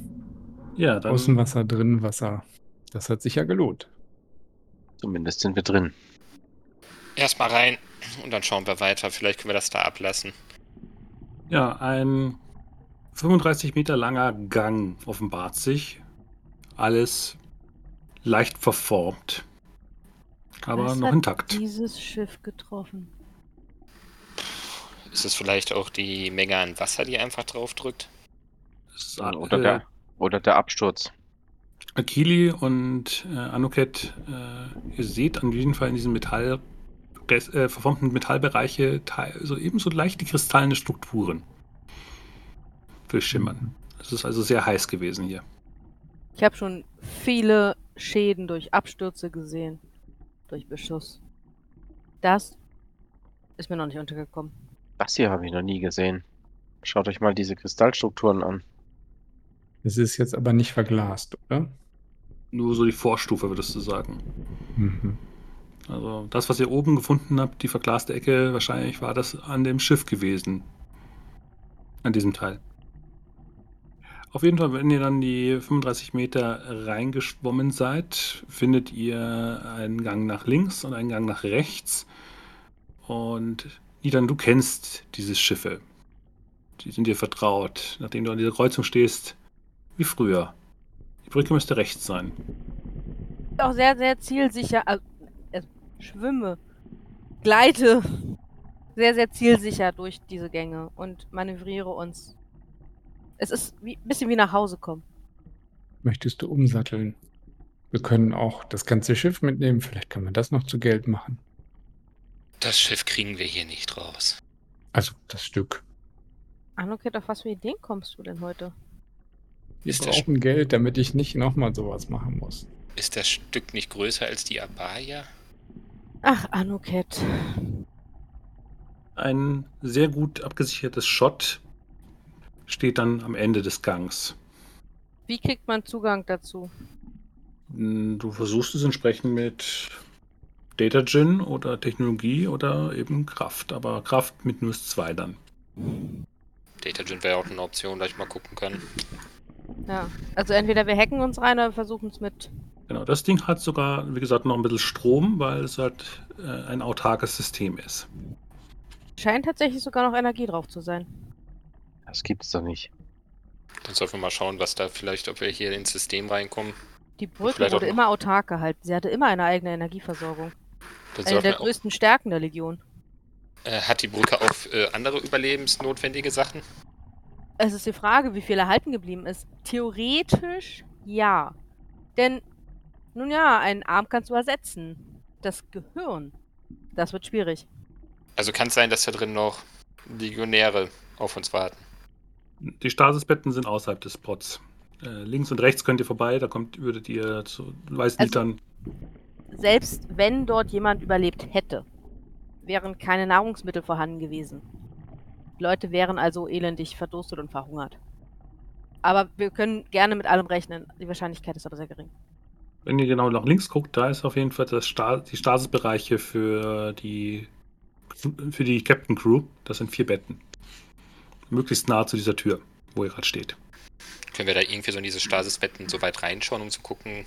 Ja, dann Außenwasser, Drinnenwasser. Das hat sich ja gelohnt. Zumindest sind wir drin. Erstmal rein und dann schauen wir weiter. Vielleicht können wir das da ablassen. Ja, ein 35 Meter langer Gang offenbart sich. Alles leicht verformt. Aber Was noch hat intakt. Dieses Schiff getroffen. Ist es vielleicht auch die Menge an Wasser, die einfach draufdrückt? Es ist, all- Oder äh, der, oder der Absturz. Akili und äh, Anuket, äh, ihr seht an jeden Fall in diesem Metall, res- äh, verformten Metallbereiche teil, so ebenso leichte kristallene Strukturen. Will schimmern. Es ist also sehr heiß gewesen hier. Ich habe schon viele Schäden durch Abstürze gesehen. Durch Beschuss. Das ist mir noch nicht untergekommen. Das hier habe ich noch nie gesehen. Schaut euch mal diese Kristallstrukturen an. Es ist jetzt aber nicht verglast, oder? Nur so die Vorstufe, würdest du sagen. Mhm. Also das, was ihr oben gefunden habt, die verglaste Ecke, wahrscheinlich war das an dem Schiff gewesen. An diesem Teil. Auf jeden Fall, wenn ihr dann die 35 Meter reingeschwommen seid, findet ihr einen Gang nach links und einen Gang nach rechts. Und Nidan, du kennst diese Schiffe. Die sind dir vertraut. Nachdem du an dieser Kreuzung stehst, wie früher. Die Brücke müsste rechts sein. Auch sehr, sehr zielsicher. Also, äh, schwimme. Gleite. Sehr, sehr zielsicher durch diese Gänge und manövriere uns. Es ist wie, ein bisschen wie nach Hause kommen. Möchtest du umsatteln? Wir können auch das ganze Schiff mitnehmen. Vielleicht kann man das noch zu Geld machen. Das Schiff kriegen wir hier nicht raus. Also das Stück. Anuket, auf was für Ideen kommst du denn heute? Wir Ist das brauchen Geld, damit ich nicht nochmal sowas machen muss. Ist das Stück nicht größer als die Abaya? Ach, Anuket. Ein sehr gut abgesichertes Shot steht dann am Ende des Gangs. Wie kriegt man Zugang dazu? Mm, Du versuchst es entsprechend mit Data Gin oder Technologie oder eben Kraft, aber Kraft mit minus zwei dann. Datagent wäre auch eine Option, da ich mal gucken kann. Ja. Also entweder wir hacken uns rein oder wir versuchen es mit. Genau, das Ding hat sogar, wie gesagt, noch ein bisschen Strom, weil es halt äh, ein autarkes System ist. Scheint tatsächlich sogar noch Energie drauf zu sein. Das gibt's doch nicht. Dann sollten wir mal schauen, was da vielleicht, ob wir hier ins System reinkommen. Die Brücke Vielleicht auch wurde noch. immer autark gehalten. Sie hatte immer eine eigene Energieversorgung. Eine Dann der sollten wir größten Stärken der Legion. auch, äh, hat die Brücke auch äh, andere überlebensnotwendige Sachen? Es ist die Frage, wie viel erhalten geblieben ist. Theoretisch ja. Denn, nun ja, einen Arm kannst du ersetzen. Das Gehirn. Das wird schwierig. Also kann es sein, dass da drin noch Legionäre auf uns warten. Die Stasisbetten sind außerhalb des Pots. Äh, links und rechts könnt ihr vorbei, da kommt, würdet ihr zu, weiß nicht Also- dann, Selbst wenn dort jemand überlebt hätte, wären keine Nahrungsmittel vorhanden gewesen. Die Leute wären also elendig verdurstet und verhungert. Aber wir können gerne mit allem rechnen. Die Wahrscheinlichkeit ist aber sehr gering. wenn ihr genau nach links guckt, da ist auf jeden Fall das Sta die Stasisbereiche für die, für die Captain Crew. Das sind vier Betten. Möglichst nah zu dieser Tür, wo ihr gerade steht. Können wir da irgendwie so in diese Stasisbetten so weit reinschauen, um zu gucken,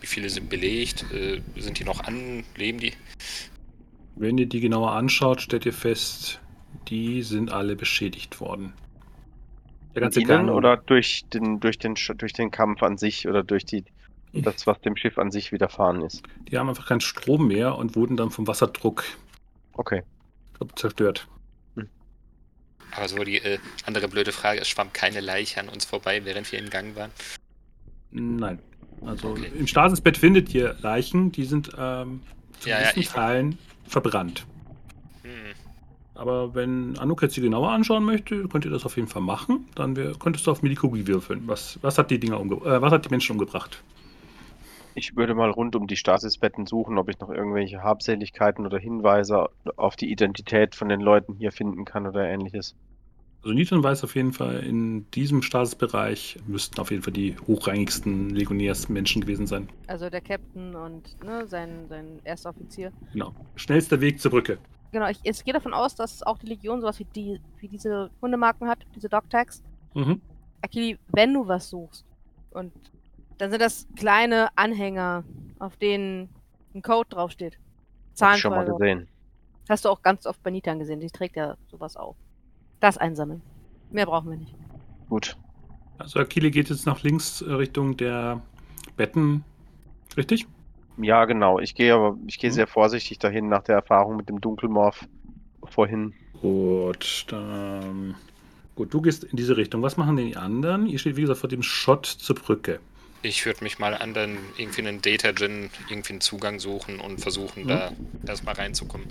wie viele sind belegt? Äh, sind die noch an? Leben die? Wenn ihr die genauer anschaut, stellt ihr fest, die sind alle beschädigt worden. Der Mit Ihnen oder durch den, durch, den, Sch- durch den Kampf an sich oder durch die, das, was dem Schiff an sich widerfahren ist. Die haben einfach keinen Strom mehr und wurden dann vom Wasserdruck Okay. zerstört. Aber so die äh, andere blöde Frage, es schwamm keine Leiche an uns vorbei, während wir im Gang waren. Nein. Also Okay. im Stasisbett findet ihr Leichen, die sind ähm, zu Ja, ja, gewissen ich- Teilen verbrannt. Hm. Aber wenn Anouk jetzt sie genauer anschauen möchte, könnt ihr das auf jeden Fall machen. Dann wär, könntest du auf Medikogi würfeln. Was, was hat die Dinger umge äh, was hat die Menschen umgebracht? Ich würde mal rund um die Stasisbetten suchen, ob ich noch irgendwelche Habseligkeiten oder Hinweise auf die Identität von den Leuten hier finden kann oder ähnliches. Also Niton weiß auf jeden Fall, in diesem Statusbereich müssten auf jeden Fall die hochrangigsten Legionärs Menschen gewesen sein. Also der Captain und ne, sein, sein erster Offizier. Genau. Schnellster Weg zur Brücke. Genau, ich, ich gehe davon aus, dass auch die Legion sowas wie, die, wie diese Hundemarken hat, diese Dogtags. Mhm. Akili, wenn du was suchst, und dann sind das kleine Anhänger, auf denen ein Code draufsteht. Hab ich schon mal Zahnfolge. gesehen. Hast du auch ganz oft bei Nitan gesehen, die trägt ja sowas auf. Das einsammeln. Mehr brauchen wir nicht. Gut. Also Akile geht jetzt nach links äh, Richtung der Betten. Richtig? Ja, genau. Ich gehe aber, ich gehe Hm? Mhm. sehr vorsichtig dahin nach der Erfahrung mit dem Dunkelmorph vorhin. Gut, dann. Gut, du gehst in diese Richtung. Was machen denn die anderen? Ihr steht, wie gesagt, vor dem Schott zur Brücke. Ich würde mich mal an dann irgendwie einen Data-Gen, irgendwie einen Zugang suchen und versuchen, Hm. Mhm. da erstmal reinzukommen.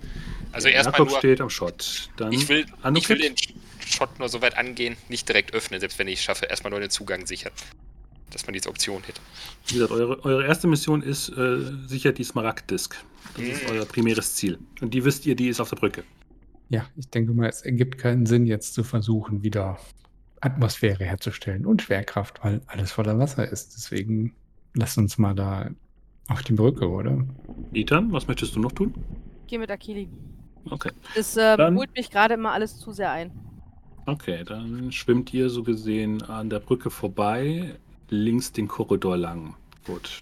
Also erstmal Jakob nur, steht am Schott. Dann ich will, ich will Anukit? den Shot nur so weit angehen, nicht direkt öffnen, selbst wenn ich es schaffe, erstmal nur den Zugang sichern. Dass man diese Option hätte. Wie gesagt, eure, eure erste Mission ist äh, sicher die Smaragd-Disk. Das ist Mhm. euer primäres Ziel. Und die wisst ihr, die ist auf der Brücke. Ja, ich denke mal, es ergibt keinen Sinn, jetzt zu versuchen, wieder Atmosphäre herzustellen und Schwerkraft, weil alles voller Wasser ist. Deswegen lass uns mal da auf die Brücke, oder? Ethan, was möchtest du noch tun? Geh mit Akili. Okay. Das äh, Dann- holt mich gerade immer alles zu sehr ein. Okay, dann schwimmt ihr so gesehen an der Brücke vorbei, links den Korridor lang. Gut.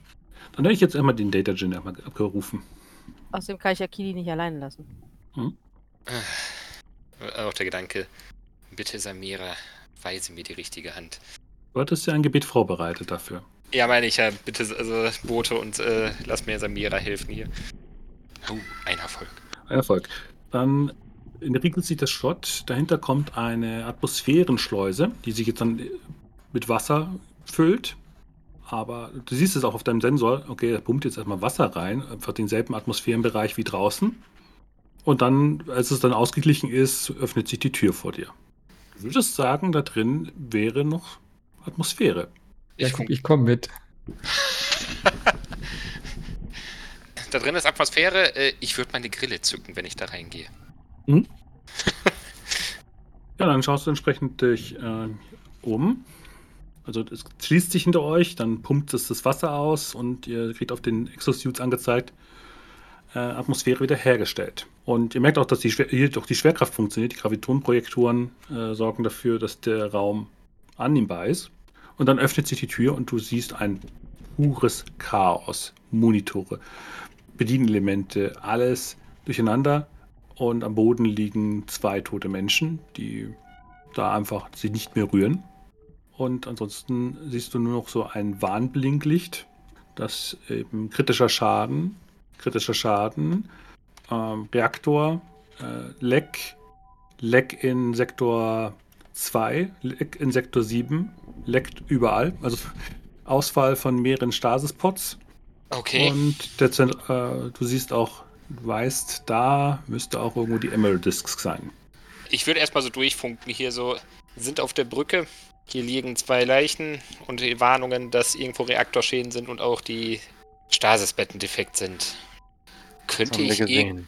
Dann hätte ich jetzt einmal den Data Gen einmal abgerufen. Außerdem kann ich Akili nicht alleine lassen. Äh, Auch der Gedanke, bitte Samira, weise mir die richtige Hand. Du hattest ja ein Gebet vorbereitet dafür. Ja, meine ich ja, bitte also, Bote und äh, lass mir Samira helfen hier. Oh, ein Erfolg. Ein Erfolg. Dann entwickelt sich das Schott. Dahinter kommt eine Atmosphärenschleuse, die sich jetzt dann äh, mit Wasser füllt. Aber du siehst es auch auf deinem Sensor. Okay, da pumpt jetzt erstmal Wasser rein, einfach denselben Atmosphärenbereich wie draußen. Und dann, als es dann ausgeglichen ist, öffnet sich die Tür vor dir. Du würdest sagen, da drin wäre noch Atmosphäre. Ich, guck- ich komme mit. Da drin ist Atmosphäre. Äh, ich würde meine Grille zücken, wenn ich da reingehe. Ja, dann schaust du entsprechend dich ähm, um. Also es schließt sich hinter euch, dann pumpt es das Wasser aus und ihr kriegt auf den Exosuits angezeigt, äh, Atmosphäre wieder hergestellt. Und ihr merkt auch, dass die Schwer hier doch die Schwerkraft funktioniert. Die Gravitonprojektoren äh, sorgen dafür, dass der Raum annehmbar ist. Und dann öffnet sich die Tür und du siehst ein pures Chaos. Monitore, Bedienelemente, alles durcheinander. Und am Boden liegen zwei tote Menschen, die da einfach sich nicht mehr rühren. Und ansonsten siehst du nur noch so ein Warnblinklicht, das eben kritischer Schaden, kritischer Schaden, ähm, Reaktor, äh, Leck, Leck in Sektor 2, Leck in Sektor 7, leckt überall. Also Ausfall von mehreren Stasispots. Oh, Okay. Und der Zent äh, du siehst auch, du weißt, da müsste auch irgendwo die Emerald Discs sein. Ich würde erstmal so durchfunken hier so. Sind auf der Brücke. Hier liegen zwei Leichen und die Warnungen, dass irgendwo Reaktorschäden sind und auch die Stasisbetten defekt sind. Das Könnte haben wir ich, eh irg gesehen.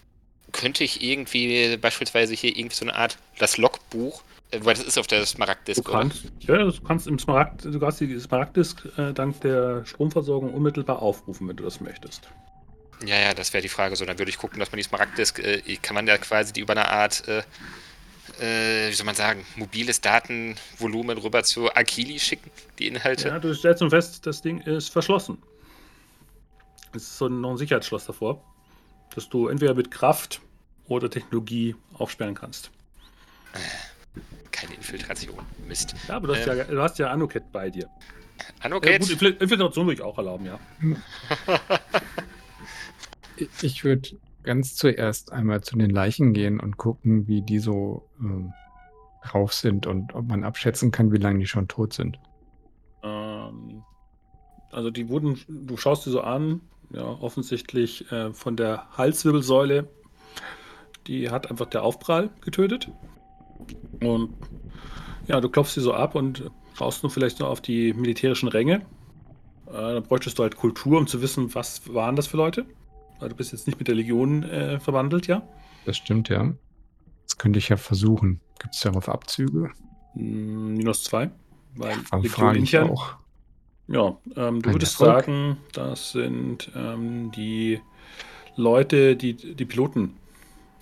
könnte ich irgendwie beispielsweise hier irgendwie so eine Art das Logbuch, äh, weil das ist auf der Du Smaragd-Disk, oder? kannst, ja, du kannst im Smaragd, du kannst die Smaragd-Disk äh, dank der Stromversorgung unmittelbar aufrufen, wenn du das möchtest. Ja, ja, das wäre die Frage. So, dann würde ich gucken, dass man die Smaragd-Disk, äh, kann man da quasi die über eine Art, äh, äh, wie soll man sagen, mobiles Datenvolumen rüber zu Akili schicken, die Inhalte. Ja, du stellst nun fest, das Ding ist verschlossen. Es ist so ein, noch ein Sicherheitsschloss davor, das du entweder mit Kraft oder Technologie aufsperren kannst. Keine Infiltration. Mist. Ja, aber du hast, Ähm. ja, du hast ja Anuket bei dir. An Okay. okay. Ja, gut, Infil- Infiltration würde ich auch erlauben, ja. Ich- Ich würde ganz zuerst einmal zu den Leichen gehen und gucken, wie die so ähm, drauf sind und ob man abschätzen kann, wie lange die schon tot sind. Ähm, also die wurden, du schaust sie so an, ja, offensichtlich äh, von der Halswirbelsäule. Die hat einfach der Aufprall getötet. Und ja, du klopfst sie so ab und schaust nur vielleicht nur auf die militärischen Ränge. Äh, dann bräuchtest du halt Kultur, um zu wissen, was waren das für Leute. Weil du bist jetzt nicht mit der Legion äh, verwandelt, ja. Das stimmt, ja. Das könnte ich ja versuchen. Gibt es darauf Abzüge? Mm, Minus zwei. Weil Am Legion frage ich intern. auch. Ja, ähm, du Ein würdest Erfolg. sagen, das sind ähm, die Leute, die, die Piloten,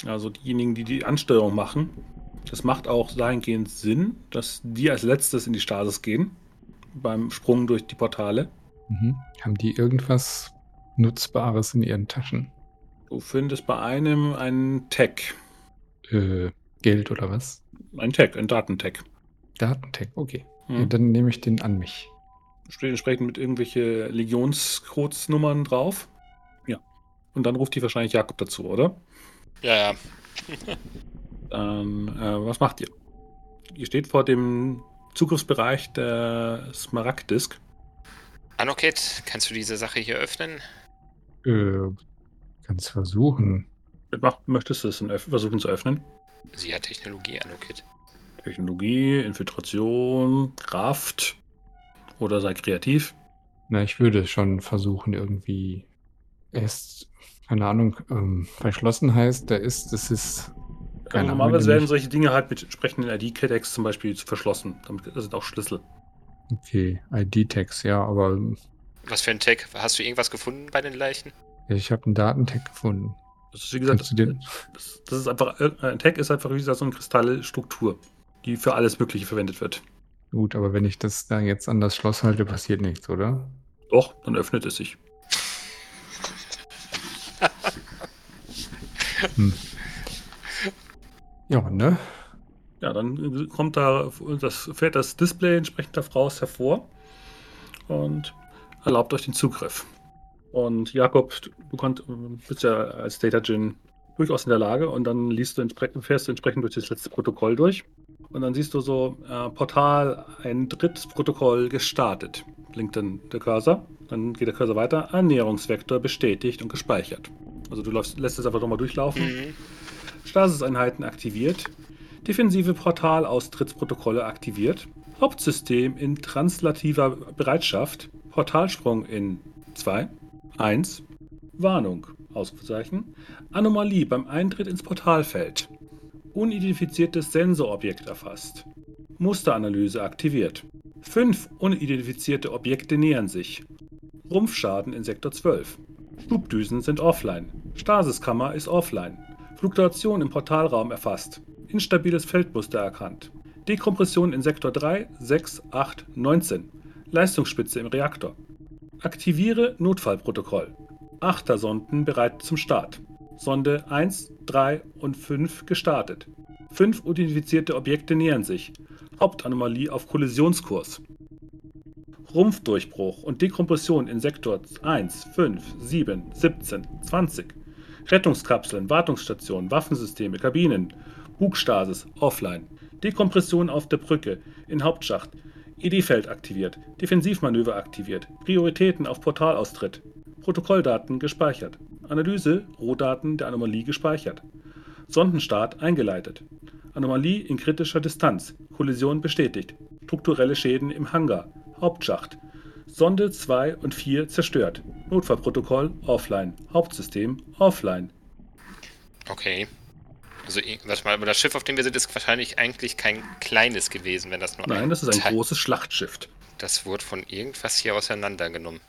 also diejenigen, die die Ansteuerung machen. Das macht auch dahingehend Sinn, dass die als letztes in die Stasis gehen, beim Sprung durch die Portale. Mhm. Haben die irgendwas Nutzbares in ihren Taschen? Du findest bei einem einen Tag, Äh, Geld oder was? ein Tag, ein Datentag. Datentag, okay. Ja, Hm. dann nehme ich den an mich. Steht entsprechend mit irgendwelche Legionscodes-Nummern drauf. Ja. Und dann ruft die wahrscheinlich Jakob dazu, oder? Ja, ja. Dann, äh, was macht ihr? Ihr steht vor dem Zugriffsbereich der Smaragd-Disk. Anokit, kannst du diese Sache hier öffnen? Äh, kannst versuchen. Mit Macht möchtest du es denn öff- versuchen zu öffnen? Sie hat Technologie, Anokit. Technologie, Infiltration, Kraft oder sei kreativ. Na, ich würde schon versuchen, irgendwie erst, keine Ahnung, ähm, verschlossen heißt, da ist, es ist. Keine Also Ahnung, Normalerweise wenn du werden mich- solche Dinge halt mit entsprechenden ID-Tags zum Beispiel verschlossen. Damit das sind auch Schlüssel. Okay, ID-Tags, ja, aber Was für ein Tag? Hast du irgendwas gefunden bei den Leichen? ich habe einen Datentag gefunden. Das ist wie Kannst gesagt, du den? das, das ist einfach, äh, ein Tag ist einfach wie gesagt so eine Kristallstruktur, die für alles Mögliche verwendet wird. Gut, aber wenn ich das da jetzt an das Schloss halte, passiert nichts, oder? Doch, dann öffnet es sich. Hm. Ja, ne? Ja, dann kommt da das fährt das Display entsprechend da raus hervor und erlaubt euch den Zugriff. Und Jakob, du konnt, bist ja als Data Gin durchaus in der Lage und dann liest du entsprechend, fährst du entsprechend durch das letzte Protokoll durch und dann siehst du so äh, Portal ein drittes Protokoll gestartet. Blinkt dann der Cursor, dann geht der Cursor weiter, Annäherungsvektor bestätigt und gespeichert. Also du läufst, lässt es einfach nochmal durchlaufen. Mhm. Stasiseinheiten aktiviert, defensive Portalaustrittprotokolle aktiviert, Hauptsystem in translativer Bereitschaft, Portalsprung in 2, 1, Warnung, Ausrufezeichen, Anomalie beim Eintritt ins Portalfeld, unidentifiziertes Sensorobjekt erfasst, Musteranalyse aktiviert, fünf unidentifizierte Objekte nähern sich, Rumpfschaden in Sektor 12, Stubdüsen sind offline, Stasiskammer ist offline, Fluktuation im Portalraum erfasst. Instabiles Feldmuster erkannt. Dekompression in Sektor 3, 6, 8, 19. Leistungsspitze im Reaktor. Aktiviere Notfallprotokoll. Achtersonden bereit zum Start. Sonde 1, 3 und 5 gestartet. Fünf identifizierte Objekte nähern sich. Hauptanomalie auf Kollisionskurs. Rumpfdurchbruch und Dekompression in Sektor 1, 5, 7, 17, 20. Rettungskapseln, Wartungsstationen, Waffensysteme, Kabinen, Bugstasis, offline. Dekompression auf der Brücke, in Hauptschacht, ED-Feld aktiviert, Defensivmanöver aktiviert, Prioritäten auf Portalaustritt, Protokolldaten gespeichert, Analyse, Rohdaten der Anomalie gespeichert, Sondenstart eingeleitet, Anomalie in kritischer Distanz, Kollision bestätigt, strukturelle Schäden im Hangar, Hauptschacht, Sonde 2 und 4 zerstört. Notfallprotokoll offline. Hauptsystem offline. Okay. Also, ir- warte mal, aber das Schiff, auf dem wir sind, ist wahrscheinlich eigentlich kein kleines gewesen, wenn das nur Nein, das ist ein Teil- großes Schlachtschiff. Das wurde von irgendwas hier auseinandergenommen.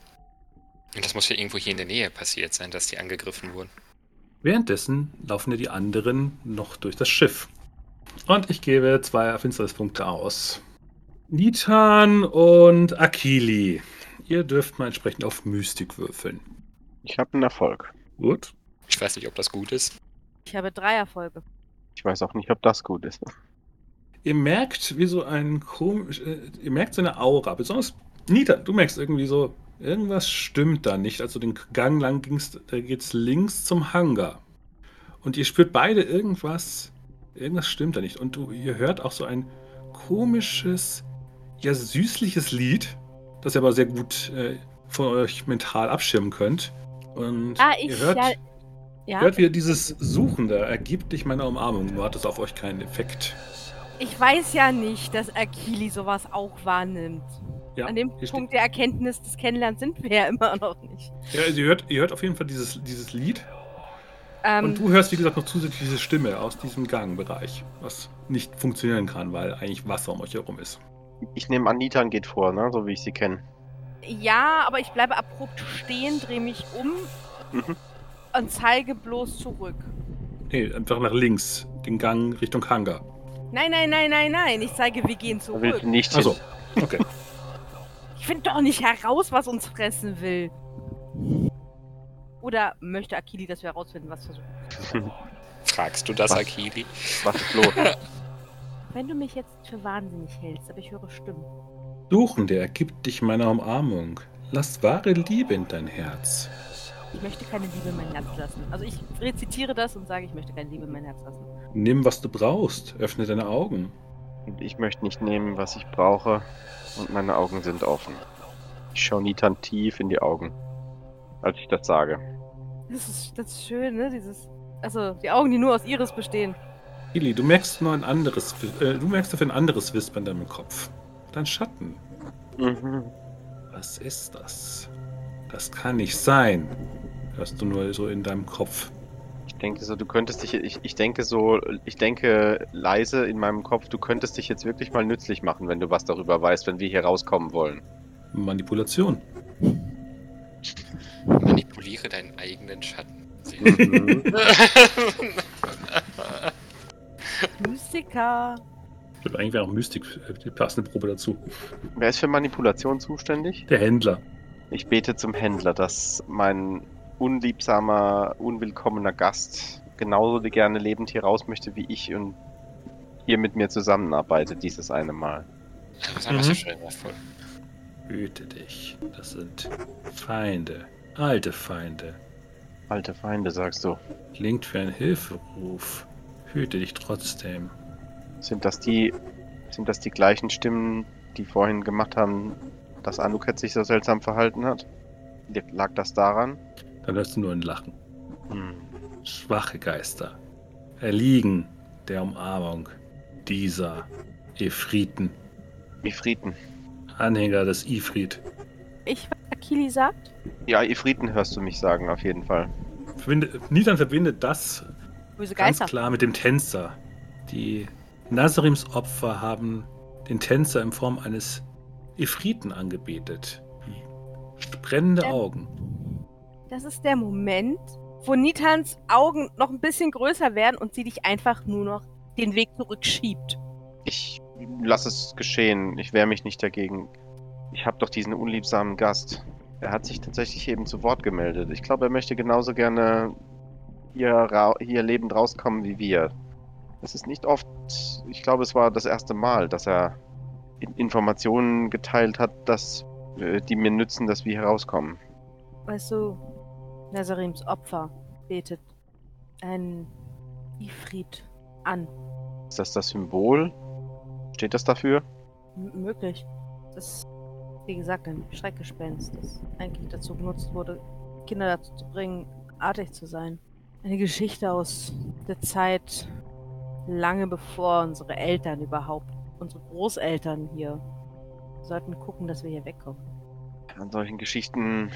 Und das muss ja irgendwo hier in der Nähe passiert sein, dass die angegriffen wurden. Währenddessen laufen ja die anderen noch durch das Schiff. Und ich gebe zwei Finsternispunkte aus. Nitan und Akili. Ihr dürft mal entsprechend auf Mystik würfeln. Ich habe einen Erfolg. Gut. Ich weiß nicht, ob das gut ist. Ich habe drei Erfolge. Ich weiß auch nicht, ob das gut ist. Ihr merkt, wie so ein komisch, äh, ihr merkt so eine Aura, besonders Nita, du merkst irgendwie so, irgendwas stimmt da nicht. Also den Gang lang ging's, da geht's links zum Hangar. Und ihr spürt beide irgendwas, irgendwas stimmt da nicht. Und du, ihr hört auch so ein komisches, ja süßliches Lied, das ihr aber sehr gut äh, von euch mental abschirmen könnt. Und Ah, ich ihr hört, ja. ihr Ja, hört wieder dieses Suchende, ergibt dich meiner Umarmung, nur hat es auf euch keinen Effekt. ich weiß ja nicht, dass Akili sowas auch wahrnimmt. Ja, An dem hier steht- Punkt der Erkenntnis des Kennenlernens sind wir ja immer noch nicht. Ja, also ihr hört, ihr hört auf jeden Fall dieses, dieses Lied. Ähm, Und du hörst, wie gesagt, noch zusätzlich diese Stimme aus diesem Gangbereich, was nicht funktionieren kann, weil eigentlich Wasser um euch herum ist. Ich nehme an, Nitan geht vor, ne? so wie ich sie kenne. ja, aber ich bleibe abrupt stehen, drehe mich um Mhm. und zeige bloß zurück. Nee, einfach nach links, den Gang Richtung Hangar. Nein, nein, nein, nein, nein. Ich zeige, wir gehen Da will zurück. sie nicht Achso, Also. hin. okay. Ich finde doch nicht heraus, was uns fressen will. Oder möchte Akili, dass wir herausfinden, was versuchen? Fragst du das, Was? Akili? Was ist los? Wenn du mich jetzt für wahnsinnig hältst, aber ich höre Stimmen. Suchende, ergib dich meiner Umarmung. Lass wahre Liebe in dein Herz. Ich möchte keine Liebe in mein Herz lassen. Also ich rezitiere das und sage, ich möchte keine Liebe in mein Herz lassen. Nimm, was du brauchst. Öffne deine Augen. Und ich möchte nicht nehmen, was ich brauche. Und meine Augen sind offen. Ich schaue Nitan tief in die Augen, als ich das sage. Das ist, das ist schön, ne? Dieses. Also, die Augen, die nur aus Iris bestehen. Ili, du merkst nur ein anderes, äh, du merkst auf ein anderes Wispern in deinem Kopf. Dein Schatten. Mhm. Was ist das? Das kann nicht sein. Hörst du nur so in deinem Kopf. Ich denke so, du könntest dich, ich, ich denke so, ich denke leise in meinem Kopf, du könntest dich jetzt wirklich mal nützlich machen, wenn du was darüber weißt, wenn wir hier rauskommen wollen. Manipulation. Manipuliere deinen eigenen Schatten. Sehr Mhm. schön. Mystiker. Ich glaube, eigentlich wäre auch Mystik äh, die passende Probe dazu. Wer ist für Manipulation zuständig? Der Händler. Ich bete zum Händler, dass mein unliebsamer, unwillkommener Gast genauso gerne lebend hier raus möchte wie ich und hier mit mir zusammenarbeitet dieses eine Mal. Was haben wir so Mhm. schnell drauf voll? Hüte dich. Das sind Feinde. Alte Feinde. Alte Feinde, sagst du. Klingt für einen Hilferuf. Hüte dich trotzdem. Sind das die, sind das die gleichen Stimmen, die vorhin gemacht haben, dass Anuket sich so seltsam verhalten hat? Lag das daran? Dann hörst du nur ein Lachen. Hm. Schwache Geister erliegen der Umarmung dieser Efriten, Ifriten. Anhänger des Ifrit. Ich, was Akili sagt? Ja, Ifriten hörst du mich sagen, auf jeden Fall. Verbinde, Nitan verbindet das Böse ganz Geister. klar mit dem Tänzer. Die Nazarims Opfer haben den Tänzer in Form eines Ifriten angebetet. Brennende Ähm. Augen. Das ist der Moment, wo Nitans Augen noch ein bisschen größer werden und sie dich einfach nur noch den Weg zurückschiebt. Ich lasse es geschehen. Ich wehre mich nicht dagegen. Ich habe doch diesen unliebsamen Gast. Er hat sich tatsächlich eben zu Wort gemeldet. Ich glaube, er möchte genauso gerne hier, ra hier lebend rauskommen wie wir. Es ist nicht oft, ich glaube, es war das erste Mal, dass er In- Informationen geteilt hat, dass, äh, die mir nützen, dass wir hier rauskommen. Weißt du, Nazarims Opfer betet einen Ifrit an. Ist das das Symbol? Steht das dafür? M möglich. Das ist, wie gesagt, ein Schreckgespenst, das eigentlich dazu genutzt wurde, Kinder dazu zu bringen, artig zu sein. Eine Geschichte aus der Zeit lange bevor unsere Eltern überhaupt, unsere Großeltern hier. Wir sollten gucken, dass wir hier wegkommen. An solchen Geschichten,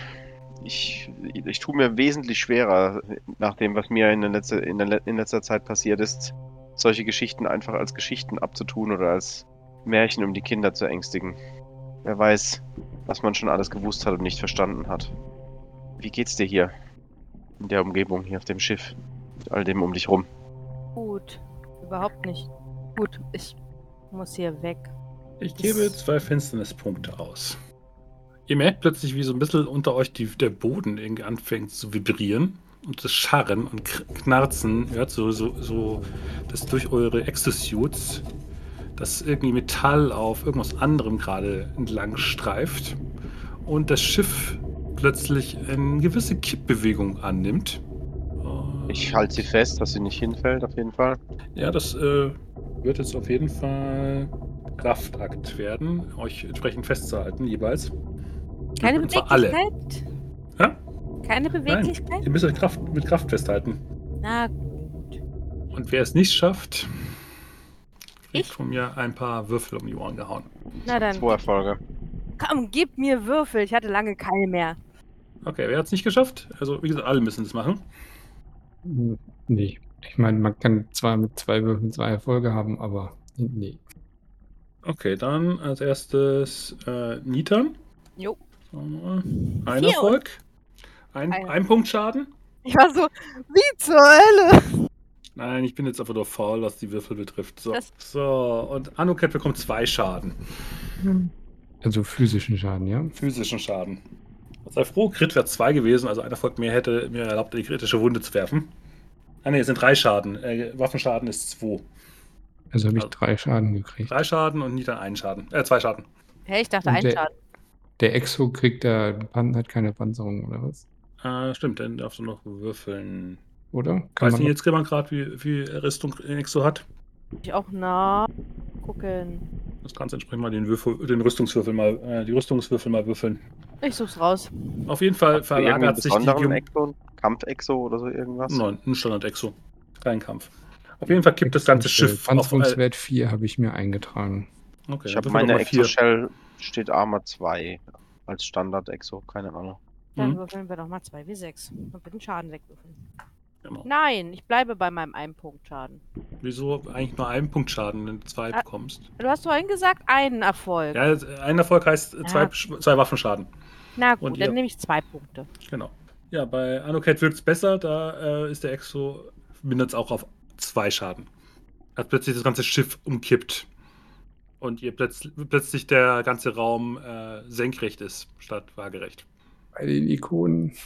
ich, ich tue mir wesentlich schwerer, nach dem, was mir in, der letzte, in, der, le- in letzter Zeit passiert ist, solche Geschichten einfach als Geschichten abzutun oder als Märchen, um die Kinder zu ängstigen. Wer weiß, was man schon alles gewusst hat und nicht verstanden hat. Wie geht's dir hier? In der Umgebung, hier auf dem Schiff, mit all dem um dich rum. Gut, überhaupt nicht. Gut, ich muss hier weg. Ich gebe zwei Finsternispunkte aus. Ihr merkt plötzlich, wie so ein bisschen unter euch die, der Boden irgendwie anfängt zu vibrieren und das Scharren und Kr- Knarzen, ihr hört so, so, so das durch eure Exosuits, das irgendwie Metall auf irgendwas anderem gerade entlang streift und das Schiff plötzlich eine gewisse Kippbewegung annimmt. Ich halte sie fest, dass sie nicht hinfällt, auf jeden Fall. Ja, das äh, wird jetzt auf jeden Fall Kraftakt werden, euch entsprechend festzuhalten jeweils. Keine Und zwar alle. Beweglichkeit? Hä? Keine Beweglichkeit? Ihr müsst euch Kraft, mit Kraft festhalten. Na gut. Und wer es nicht schafft, kriegt Ich? von mir ein paar Würfel um die Ohren gehauen. Na dann. Zwei Erfolge. Komm, gib mir Würfel. Ich hatte lange keine mehr. Okay, wer hat es nicht geschafft? Also, wie gesagt, alle müssen das machen. Hm, Nee. Ich meine, man kann zwar mit zwei Würfeln zwei Erfolge haben, aber nee. Okay, dann als erstes äh, Nita. Jo. Ein Vier. Erfolg. Ein, Ein. ein Punkt Schaden. Ich war so, wie zur Hölle? Nein, ich bin jetzt einfach nur faul, was die Würfel betrifft. So, Das- so. und Anuket bekommt zwei Schaden. Also physischen Schaden, ja? Physischen Schaden. Sei froh, Crit wäre zwei gewesen, also ein Erfolg mehr hätte mir erlaubt, die kritische Wunde zu werfen. Ah ne, es sind drei Schaden. Äh, Waffenschaden ist zwei. Also habe ich Also- drei Schaden gekriegt. Drei Schaden und Nita einen Schaden. Äh, zwei Schaden. Hey, ich dachte, Und ein der- Schaden. Der Exo kriegt da, Pan- hat keine Panzerung oder was? Äh, stimmt, dann darfst du noch würfeln. Oder? Kann Weiß man nicht jetzt gerade, wie viel Rüstung Exo hat. Ich auch nah gucken. Das kannst du entsprechend mal den, Würfel, den Rüstungswürfel mal, äh, die Rüstungswürfel mal würfeln. Ich such's raus. Auf jeden Fall Hast du irgendwie einen verlagert sich die besonderen Gem- Exo, Kampfexo oder so irgendwas? Nein, ein Standard-Exo. Kein Kampf. Auf jeden Fall kippt das ganze Schiff auf. Äh, Panzerungswert 4 habe ich mir eingetragen. Genau, okay, ich dann habe würfel meine doch mal vier. Exo-Shell, steht Armor 2 als Standard-Exo, keine Ahnung. Dann Mhm. würfeln wir nochmal 2w6 und bitte den Schaden wegwürfeln. Genau. Nein, ich bleibe bei meinem einen Punkt Schaden. Wieso eigentlich nur einen Punkt Schaden, wenn du zwei Ah. bekommst? Du hast vorhin gesagt, einen Erfolg. Ja, ein Erfolg heißt äh, zwei, Ja. Sch- zwei Waffenschaden. Na Und gut, ihr- dann nehme ich zwei Punkte. Genau. Ja, bei Anoket wirkt es besser, da äh, ist der Exo, mindert es auch auf zwei Schaden. Als plötzlich das ganze Schiff umkippt. Und ihr plötz plötzlich der ganze Raum äh, senkrecht ist, statt waagerecht. Bei den Ikonen.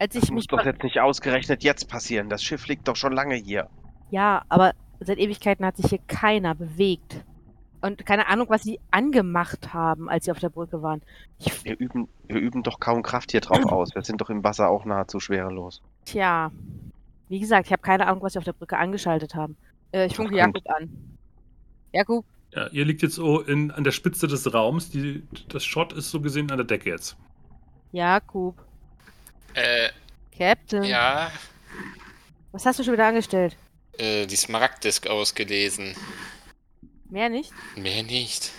Als ich Das mich muss doch be- jetzt nicht ausgerechnet jetzt passieren. Das Schiff liegt doch schon lange hier. Ja, aber seit Ewigkeiten hat sich hier keiner bewegt. Und keine Ahnung, was sie angemacht haben, als sie auf der Brücke waren. Ich, Wir üben, wir üben doch kaum Kraft hier drauf aus. Wir sind doch im Wasser auch nahezu schwerelos. tja. Wie gesagt, ich habe keine Ahnung, was sie auf der Brücke angeschaltet haben. Äh, ich funke Ach, komm. Jakub an. Jakub, Ja, ihr liegt jetzt so in, an der Spitze des Raums. Die, das Shot ist so gesehen an der Decke jetzt. Jakub, Äh, Captain. ja, Was hast du schon wieder angestellt? äh, die Smaragddisk ausgelesen. Mehr nicht? Mehr nicht.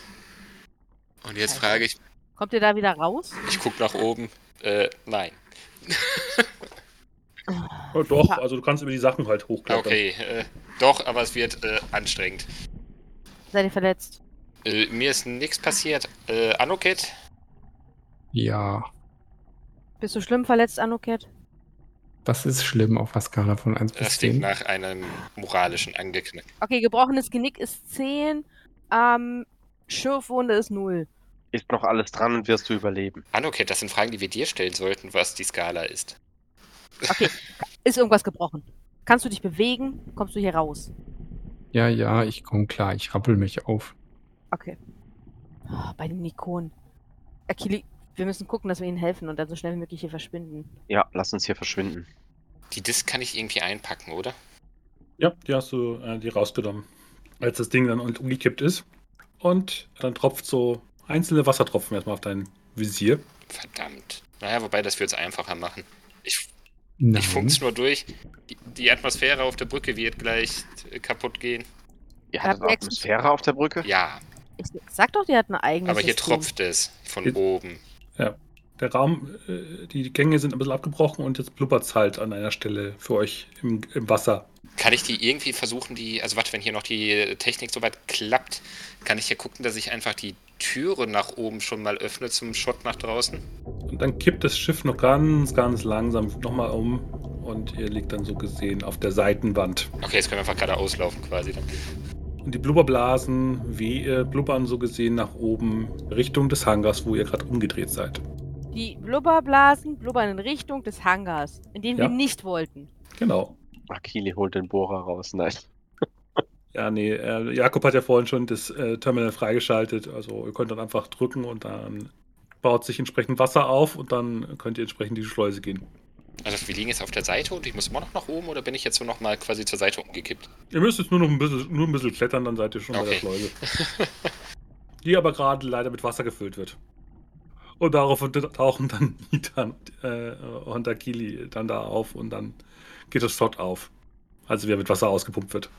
Und jetzt Scheiße. frage ich, Kommt ihr da wieder raus? ich guck nach oben. Äh, nein. Ja, doch, also du kannst über die Sachen halt hochklettern. Okay, äh, doch, aber es wird äh, anstrengend. Seid ihr verletzt? Äh, mir ist nichts passiert. Äh, Anoket? Ja, Bist du schlimm verletzt, Anuket? das ist schlimm auf der Skala von 1 bis Das klingt 10. nach einem moralischen Angeknack. Okay, gebrochenes Genick ist 10. Ähm, Schürfwunde ist 0. Ist noch alles dran und wirst du überleben. Anoket, das sind Fragen, die wir dir stellen sollten, was die Skala ist. Ist irgendwas gebrochen? Kannst du dich bewegen? Kommst du hier raus? Ja, ja, ich komme klar, ich rappel mich auf. Okay. Ah, bei den Nikonen. Akili, wir müssen gucken, dass wir ihnen helfen und dann so schnell wie möglich hier verschwinden. Ja, lass uns hier verschwinden. Die Disk kann ich irgendwie einpacken, oder? Ja, die hast du äh, die rausgenommen, als das Ding dann un- umgekippt ist. Und dann tropft so einzelne Wassertropfen erstmal auf dein Visier. Verdammt. Naja, wobei, das wird's einfacher machen. Ich, Nein. ich funk's nur durch. Die, die Atmosphäre auf der Brücke wird gleich äh, kaputt gehen. Ihr Habt hattet ihr Atmosphäre auf der Brücke? Ja, Ich sag doch, die hat eine eigene. aber hier tropft es von Jetzt- oben. Der Raum, äh, die Gänge sind ein bisschen abgebrochen und jetzt blubbert's halt an einer Stelle für euch im, im Wasser. Kann ich die irgendwie versuchen, die, also warte, wenn hier noch die Technik soweit klappt, kann ich hier gucken, dass ich einfach die Türe nach oben schon mal öffne zum Shot nach draußen? Und dann kippt das Schiff noch ganz, ganz langsam nochmal um und ihr liegt dann so gesehen auf der Seitenwand. Okay, jetzt können wir einfach gerade auslaufen quasi dann. Und die Blubberblasen wie, äh, blubbern so gesehen nach oben Richtung des Hangars, wo ihr gerade umgedreht seid. Die Blubberblasen blubbern in Richtung des Hangars, in den Ja. wir nicht wollten. Genau. Akili holt den Bohrer raus. Nein. Ja, nee, äh, Jakob hat ja vorhin schon das äh, Terminal freigeschaltet. Also ihr könnt dann einfach drücken und dann baut sich entsprechend Wasser auf und dann könnt ihr entsprechend die Schleuse gehen. Also wir liegen jetzt auf der Seite und ich muss immer noch nach oben oder bin ich jetzt so nochmal quasi zur Seite umgekippt? Ihr müsst jetzt nur noch ein bisschen, nur ein bisschen klettern, dann seid ihr schon bei der Okay. Schleuse. die aber gerade leider mit Wasser gefüllt wird. Und darauf tauchen dann Ethan äh, und Akili dann da auf und dann geht das Shot auf. Also wieder mit Wasser ausgepumpt wird.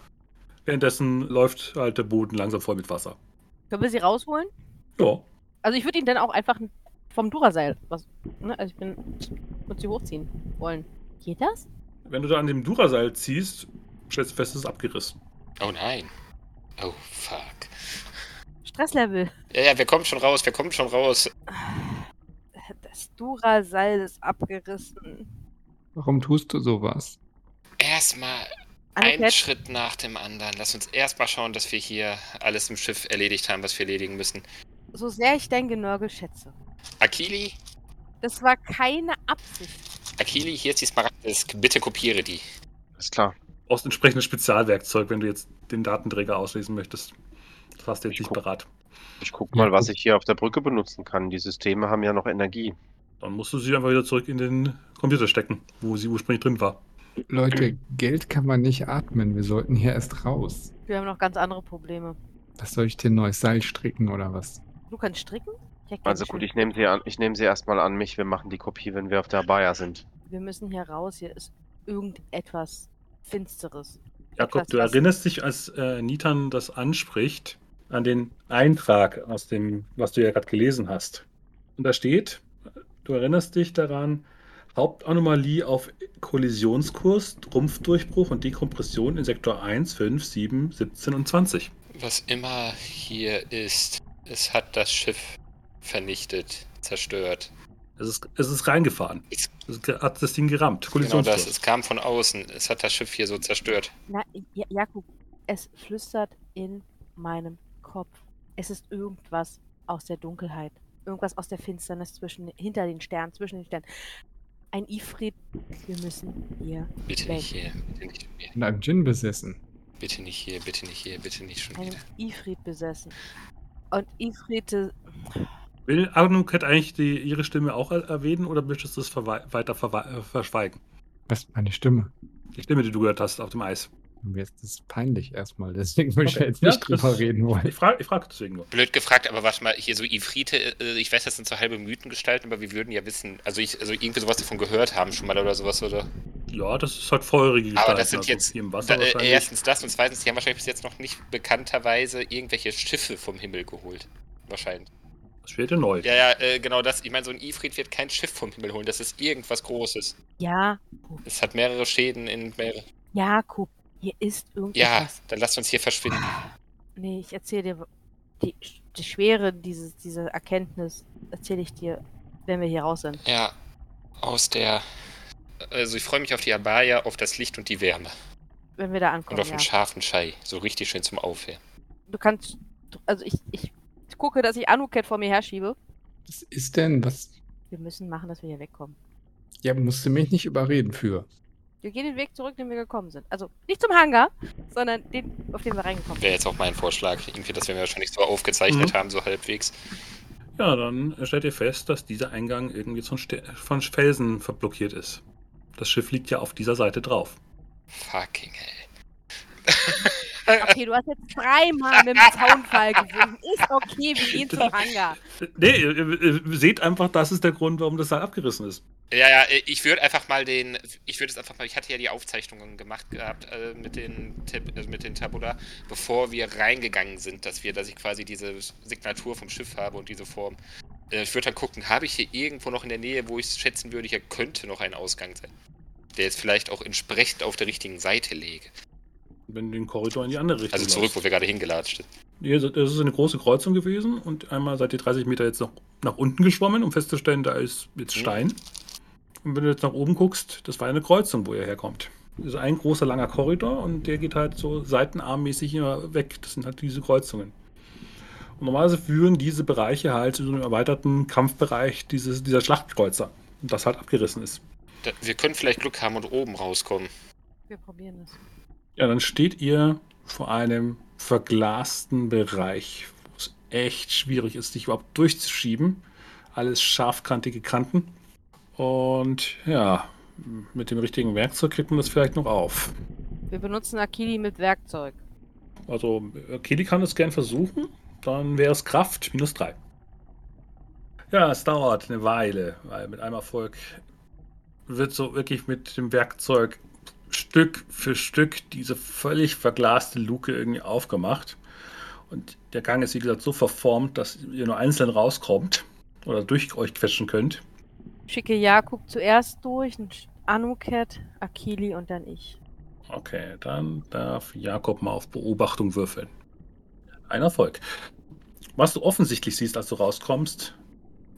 Währenddessen läuft halt der Boden langsam voll mit Wasser. Können wir sie rausholen? Ja. Also ich würde ihn dann auch einfach vom Duraseil, was, ne, also ich bin, würde sie hochziehen wollen. Geht das? Wenn du da an dem Duraseil ziehst, stellst du fest, es ist abgerissen. Oh nein. Oh fuck. Stresslevel. Ja, ja, wer kommt schon raus? Wer kommt schon raus? Das Dura-Seil ist abgerissen. Warum tust du sowas? Erstmal einen Anuket, Schritt nach dem anderen. Lass uns erstmal schauen, dass wir hier alles im Schiff erledigt haben, was wir erledigen müssen. so sehr ich dein Genörgel schätze. Akili, Das war keine Absicht. Akili, hier ist die Smaragdisk. Bitte kopiere die. Ist klar. Du brauchst entsprechendes Spezialwerkzeug, wenn du jetzt den Datenträger auslesen möchtest. Das hast du jetzt Ich nicht guck. parat. Ich guck Ja, mal, was gut. ich hier auf der Brücke benutzen kann. Die Systeme haben ja noch Energie. Dann musst du sie einfach wieder zurück in den Computer stecken, wo sie ursprünglich drin war. Leute, Geld kann man nicht atmen. Wir sollten hier erst raus. Wir haben noch ganz andere Probleme. Was soll ich dir ein neues Seil stricken oder was? Du kannst stricken? Ich hätte Also gerne gut, Strick. ich nehme sie an, ich nehme sie erstmal an mich. Wir machen die Kopie, wenn wir auf der Bayer sind. Wir müssen hier raus. Hier ist irgendetwas Finsteres. Jakob, Etwas, du was- erinnerst dich, als äh, Nitan das anspricht, an den Eintrag aus dem, was du ja gerade gelesen hast. Und da steht, du erinnerst dich daran, Hauptanomalie auf Kollisionskurs, Rumpfdurchbruch und Dekompression in Sektor 1, 5, 7, 17 und 20. Was immer hier ist, es hat das Schiff vernichtet, zerstört. Es ist, es ist reingefahren. Es ist, ge- hat das Ding gerammt. Genau Kollisionskurs. das, es kam von außen. Es hat das Schiff hier so zerstört. Na, Ja- Jakub, es flüstert in meinem Kopf. Es ist irgendwas aus der Dunkelheit. Irgendwas aus der Finsternis zwischen, hinter den Sternen, zwischen den Sternen. Ein Ifrit, wir müssen hier. Bitte Weg. nicht hier, bitte nicht schon wieder. Von einem Djinn besessen. Bitte nicht hier, bitte nicht hier, bitte nicht schon Einen wieder. Ifrit besessen. Und Ifrite, Will Arnuket eigentlich die, ihre Stimme auch er- erwähnen oder möchtest du es verwei- weiter verwe- äh, verschweigen? Was meine Stimme? Die Stimme, die du gehört hast auf dem Eis. Mir ist das peinlich erstmal. Deswegen möchte ich Okay. jetzt Ja, nicht drüber das- reden wollen. Ich frage ich frag deswegen nur. Blöd gefragt, aber warte mal, hier so Ifrite, äh, ich weiß, das sind so halbe Mythengestalten, aber wir würden ja wissen, also ich, also irgendwie sowas davon gehört haben schon mal oder sowas, oder? Ja, das ist halt feurige Aber Gestalten. das sind jetzt- die im Wasser Da, äh, wahrscheinlich. erstens das und zweitens, die haben wahrscheinlich bis jetzt noch nicht bekannterweise irgendwelche Schiffe vom Himmel geholt. Wahrscheinlich. Das wird ja neu. Ja, ja, äh, genau das. Ich meine, so ein Ifrit wird kein Schiff vom Himmel holen. Das ist irgendwas Großes. ja, Es hat mehrere Schäden in mehrere. Jakub, hier ist irgendwas. Ja, dann lasst uns hier verschwinden. Nee, ich erzähle dir die, die Schwere dieses, dieser Erkenntnis, erzähle ich dir, wenn wir hier raus sind. Ja, aus der. Also, ich freue mich auf die Abaya, auf das Licht und die Wärme. Wenn wir da Und ankommen. auf Oh Ja. den scharfen Schei. So richtig schön zum Aufwärmen. Du kannst. Also ich, ich gucke, dass ich Anuket vor mir herschiebe. Was ist denn? Was? Wir müssen machen, dass wir hier wegkommen. Ja, musst du mich nicht überreden für. Wir gehen den Weg zurück, den wir gekommen sind. Also nicht zum Hangar, sondern den, auf den wir reingekommen Wäre sind. jetzt auch mein Vorschlag. Irgendwie, dass wir wahrscheinlich so aufgezeichnet Mhm. haben, so halbwegs. Ja, dann stellt ihr fest, dass dieser Eingang irgendwie von, Ste- von Felsen verblockiert ist. Das Schiff liegt ja auf dieser Seite drauf. Fucking hell. Okay, du hast jetzt dreimal mit dem Zaunfall gewonnen. Ist okay, wir gehen zum Hangar. Äh, Nee, ihr, ihr, ihr seht einfach, das ist der Grund, warum das Seil abgerissen ist. Ja, ja, äh, ich würde einfach mal den, ich würde es einfach mal, ich hatte ja die Aufzeichnungen gemacht gehabt äh, mit den Tab, äh, mit den Tabula, bevor wir reingegangen sind, dass wir, dass ich quasi diese Signatur vom Schiff habe und diese Form. Äh, ich würde dann gucken, habe ich hier irgendwo noch in der Nähe, wo ich schätzen würde, hier könnte noch ein Ausgang sein, der jetzt vielleicht auch entsprechend auf der richtigen Seite lege. Wenn du den Korridor in die andere Richtung Also zurück, läufst. wo wir gerade hingelatscht sind. Nee, so- Das ist eine große Kreuzung gewesen und einmal seid ihr 30 Meter jetzt noch nach unten geschwommen, um festzustellen, da ist jetzt Mhm. Stein. Und wenn du jetzt nach oben guckst, das war eine Kreuzung, wo ihr herkommt. Das ist ein großer, langer Korridor und der geht halt so seitenarmmäßig immer weg. Das sind halt diese Kreuzungen. Und normalerweise führen diese Bereiche halt zu so einem erweiterten Kampfbereich dieses, dieser Schlachtkreuzer. Und das halt abgerissen ist. Da, wir können vielleicht Glück haben und oben rauskommen. Wir probieren es. Ja, dann steht ihr vor einem verglasten Bereich, wo es echt schwierig ist, sich überhaupt durchzuschieben. Alles scharfkantige Kanten. Und ja, mit dem richtigen Werkzeug kriegt man das vielleicht noch auf. Wir benutzen Akili mit Werkzeug. Also, Kili kann es gern versuchen. Dann wäre es Kraft minus 3. Ja, es dauert eine Weile, weil mit einem Erfolg wird so wirklich mit dem Werkzeug Stück für Stück diese völlig verglaste Luke irgendwie aufgemacht. Und der Gang ist, wie gesagt, so verformt, dass ihr nur einzeln rauskommt oder durch euch quetschen könnt. Schicke Jakub zuerst durch und Anuket, Akili und dann ich. Okay, dann darf Jakob mal auf Beobachtung würfeln. Ein Erfolg. Was du offensichtlich siehst, als du rauskommst,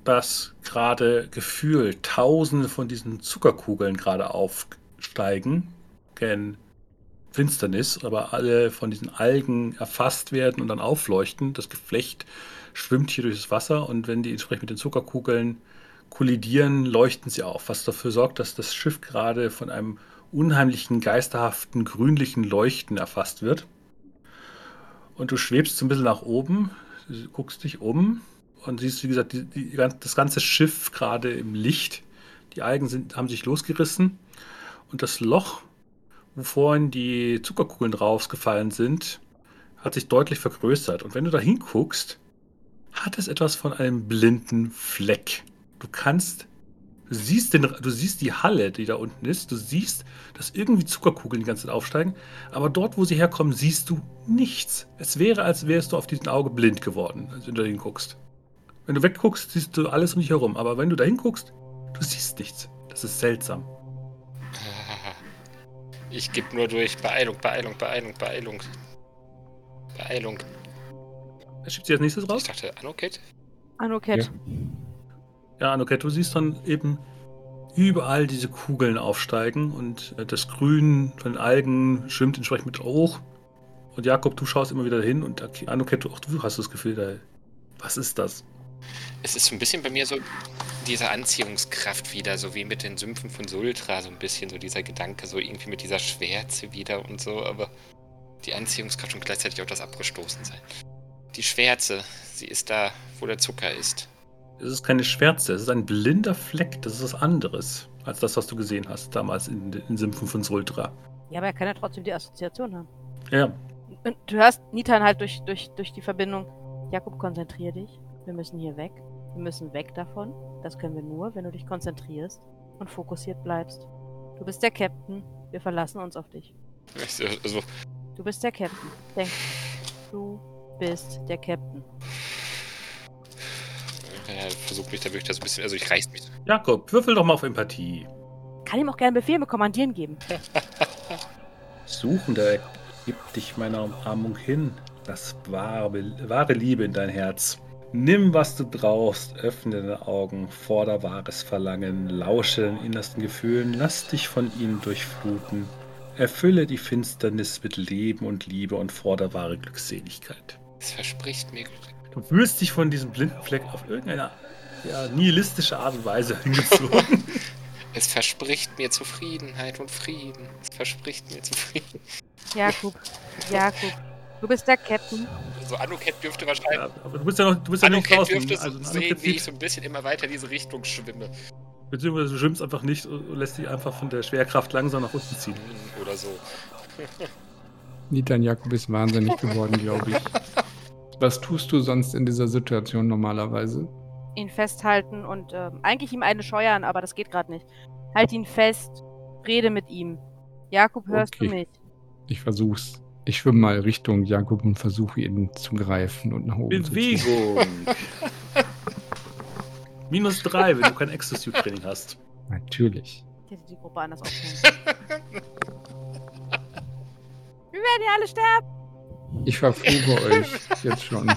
dass gerade gefühlt tausende von diesen Zuckerkugeln gerade aufsteigen, gen Finsternis, aber alle von diesen Algen erfasst werden und dann aufleuchten. Das Geflecht schwimmt hier durchs Wasser und wenn die entsprechend mit den Zuckerkugeln kollidieren, leuchten sie auf, was dafür sorgt, dass das Schiff gerade von einem unheimlichen, geisterhaften, grünlichen Leuchten erfasst wird. Und du schwebst so ein bisschen nach oben, guckst dich um und siehst, wie gesagt, die, die, das ganze Schiff gerade im Licht. Die Algen sind, haben sich losgerissen und das Loch, wo vorhin die Zuckerkugeln draufgefallen sind, hat sich deutlich vergrößert. Und wenn du da hinguckst, hat es etwas von einem blinden Fleck. Du kannst, du siehst, den, du siehst die Halle, die da unten ist, du siehst, dass irgendwie Zuckerkugeln die ganze Zeit aufsteigen, aber dort, wo sie herkommen, siehst du nichts. Es wäre, als wärst du auf diesem Auge blind geworden, als du da hinguckst. Wenn du wegguckst, siehst du alles um dich herum, aber wenn du da hinguckst, du siehst nichts. Das ist seltsam. Ich gebe nur durch Beeilung, Beeilung, Beeilung, Beeilung. Beeilung. Er schiebt sie als nächstes Ich raus. dachte, Anoket? Anuket. Ja, Anoket, du siehst dann eben überall diese Kugeln aufsteigen und äh, das Grün von den Algen schwimmt entsprechend mit hoch. Und Jakob, du schaust immer wieder hin und Ak- Anoket, du- auch du hast das Gefühl, da, was ist das? Es ist so ein bisschen bei mir so diese Anziehungskraft wieder, so wie mit den Sümpfen von Sultra, so ein bisschen so dieser Gedanke, so irgendwie mit dieser Schwärze wieder und so, aber die Anziehungskraft und gleichzeitig auch das Abgestoßensein. Die Schwärze, sie ist da, wo der Zucker ist. Es ist keine Schwärze, es ist ein blinder Fleck, das ist was anderes als das, was du gesehen hast damals in den Sümpfen von Sultra. Ja, aber er kann ja trotzdem die Assoziation haben. Ja, Und du hörst Nitan halt durch, durch, durch die Verbindung. Jakob, konzentrier dich. Wir müssen hier weg. Wir müssen weg davon. Das können wir nur, wenn du dich konzentrierst und fokussiert bleibst. Du bist der Captain. Wir verlassen uns auf dich. Also, Du bist der Captain. Denk. Du bist der Captain. äh, versuch mich da wirklich da so ein bisschen, also ich reiß mich. Jakob, würfel doch mal auf Empathie. Kann ihm auch gerne Befehl mit Kommandieren geben. Suchender, gib dich meiner Umarmung hin. Das wahre, wahre Liebe in dein Herz. Nimm, was du brauchst, öffne deine Augen, forder wahres Verlangen, lausche den innersten Gefühlen, lass dich von ihnen durchfluten. Erfülle die Finsternis mit Leben und Liebe und forder wahre Glückseligkeit. Es verspricht mir Glück. Du fühlst dich von diesem blinden Fleck auf irgendeine ja, nihilistische Art und Weise hingezogen. Es verspricht mir Zufriedenheit und Frieden. Es verspricht mir Zufrieden. Jakob. Jakob. Du bist der Captain. Also Anoket dürfte wahrscheinlich. ja, aber du bist ja noch, du bist ja noch nicht Anoket draußen. dürfte Also, es Anoket sehen, wie sieht- ich so ein bisschen immer weiter in diese Richtung schwimme. Beziehungsweise du schwimmst einfach nicht und lässt dich einfach von der Schwerkraft langsam nach unten ziehen. Hm, Oder so. Nitan Jakob ist wahnsinnig geworden, glaube ich. Was tust du sonst in dieser Situation normalerweise? ihn festhalten und ähm, eigentlich ihm eine scheuern, aber das geht gerade nicht. Halt ihn fest, rede mit ihm. Jakob, hörst du Okay. mich? Ich versuch's. Ich schwimme mal Richtung Jakob und versuche ihn zu greifen und nach oben zu ziehen. Bewegung! Minus drei, wenn du kein Exosuit-Training hast. Natürlich. Ich hätte die Gruppe anders aufgenommen. Wir werden ja alle sterben. Ich verfluche euch jetzt schon.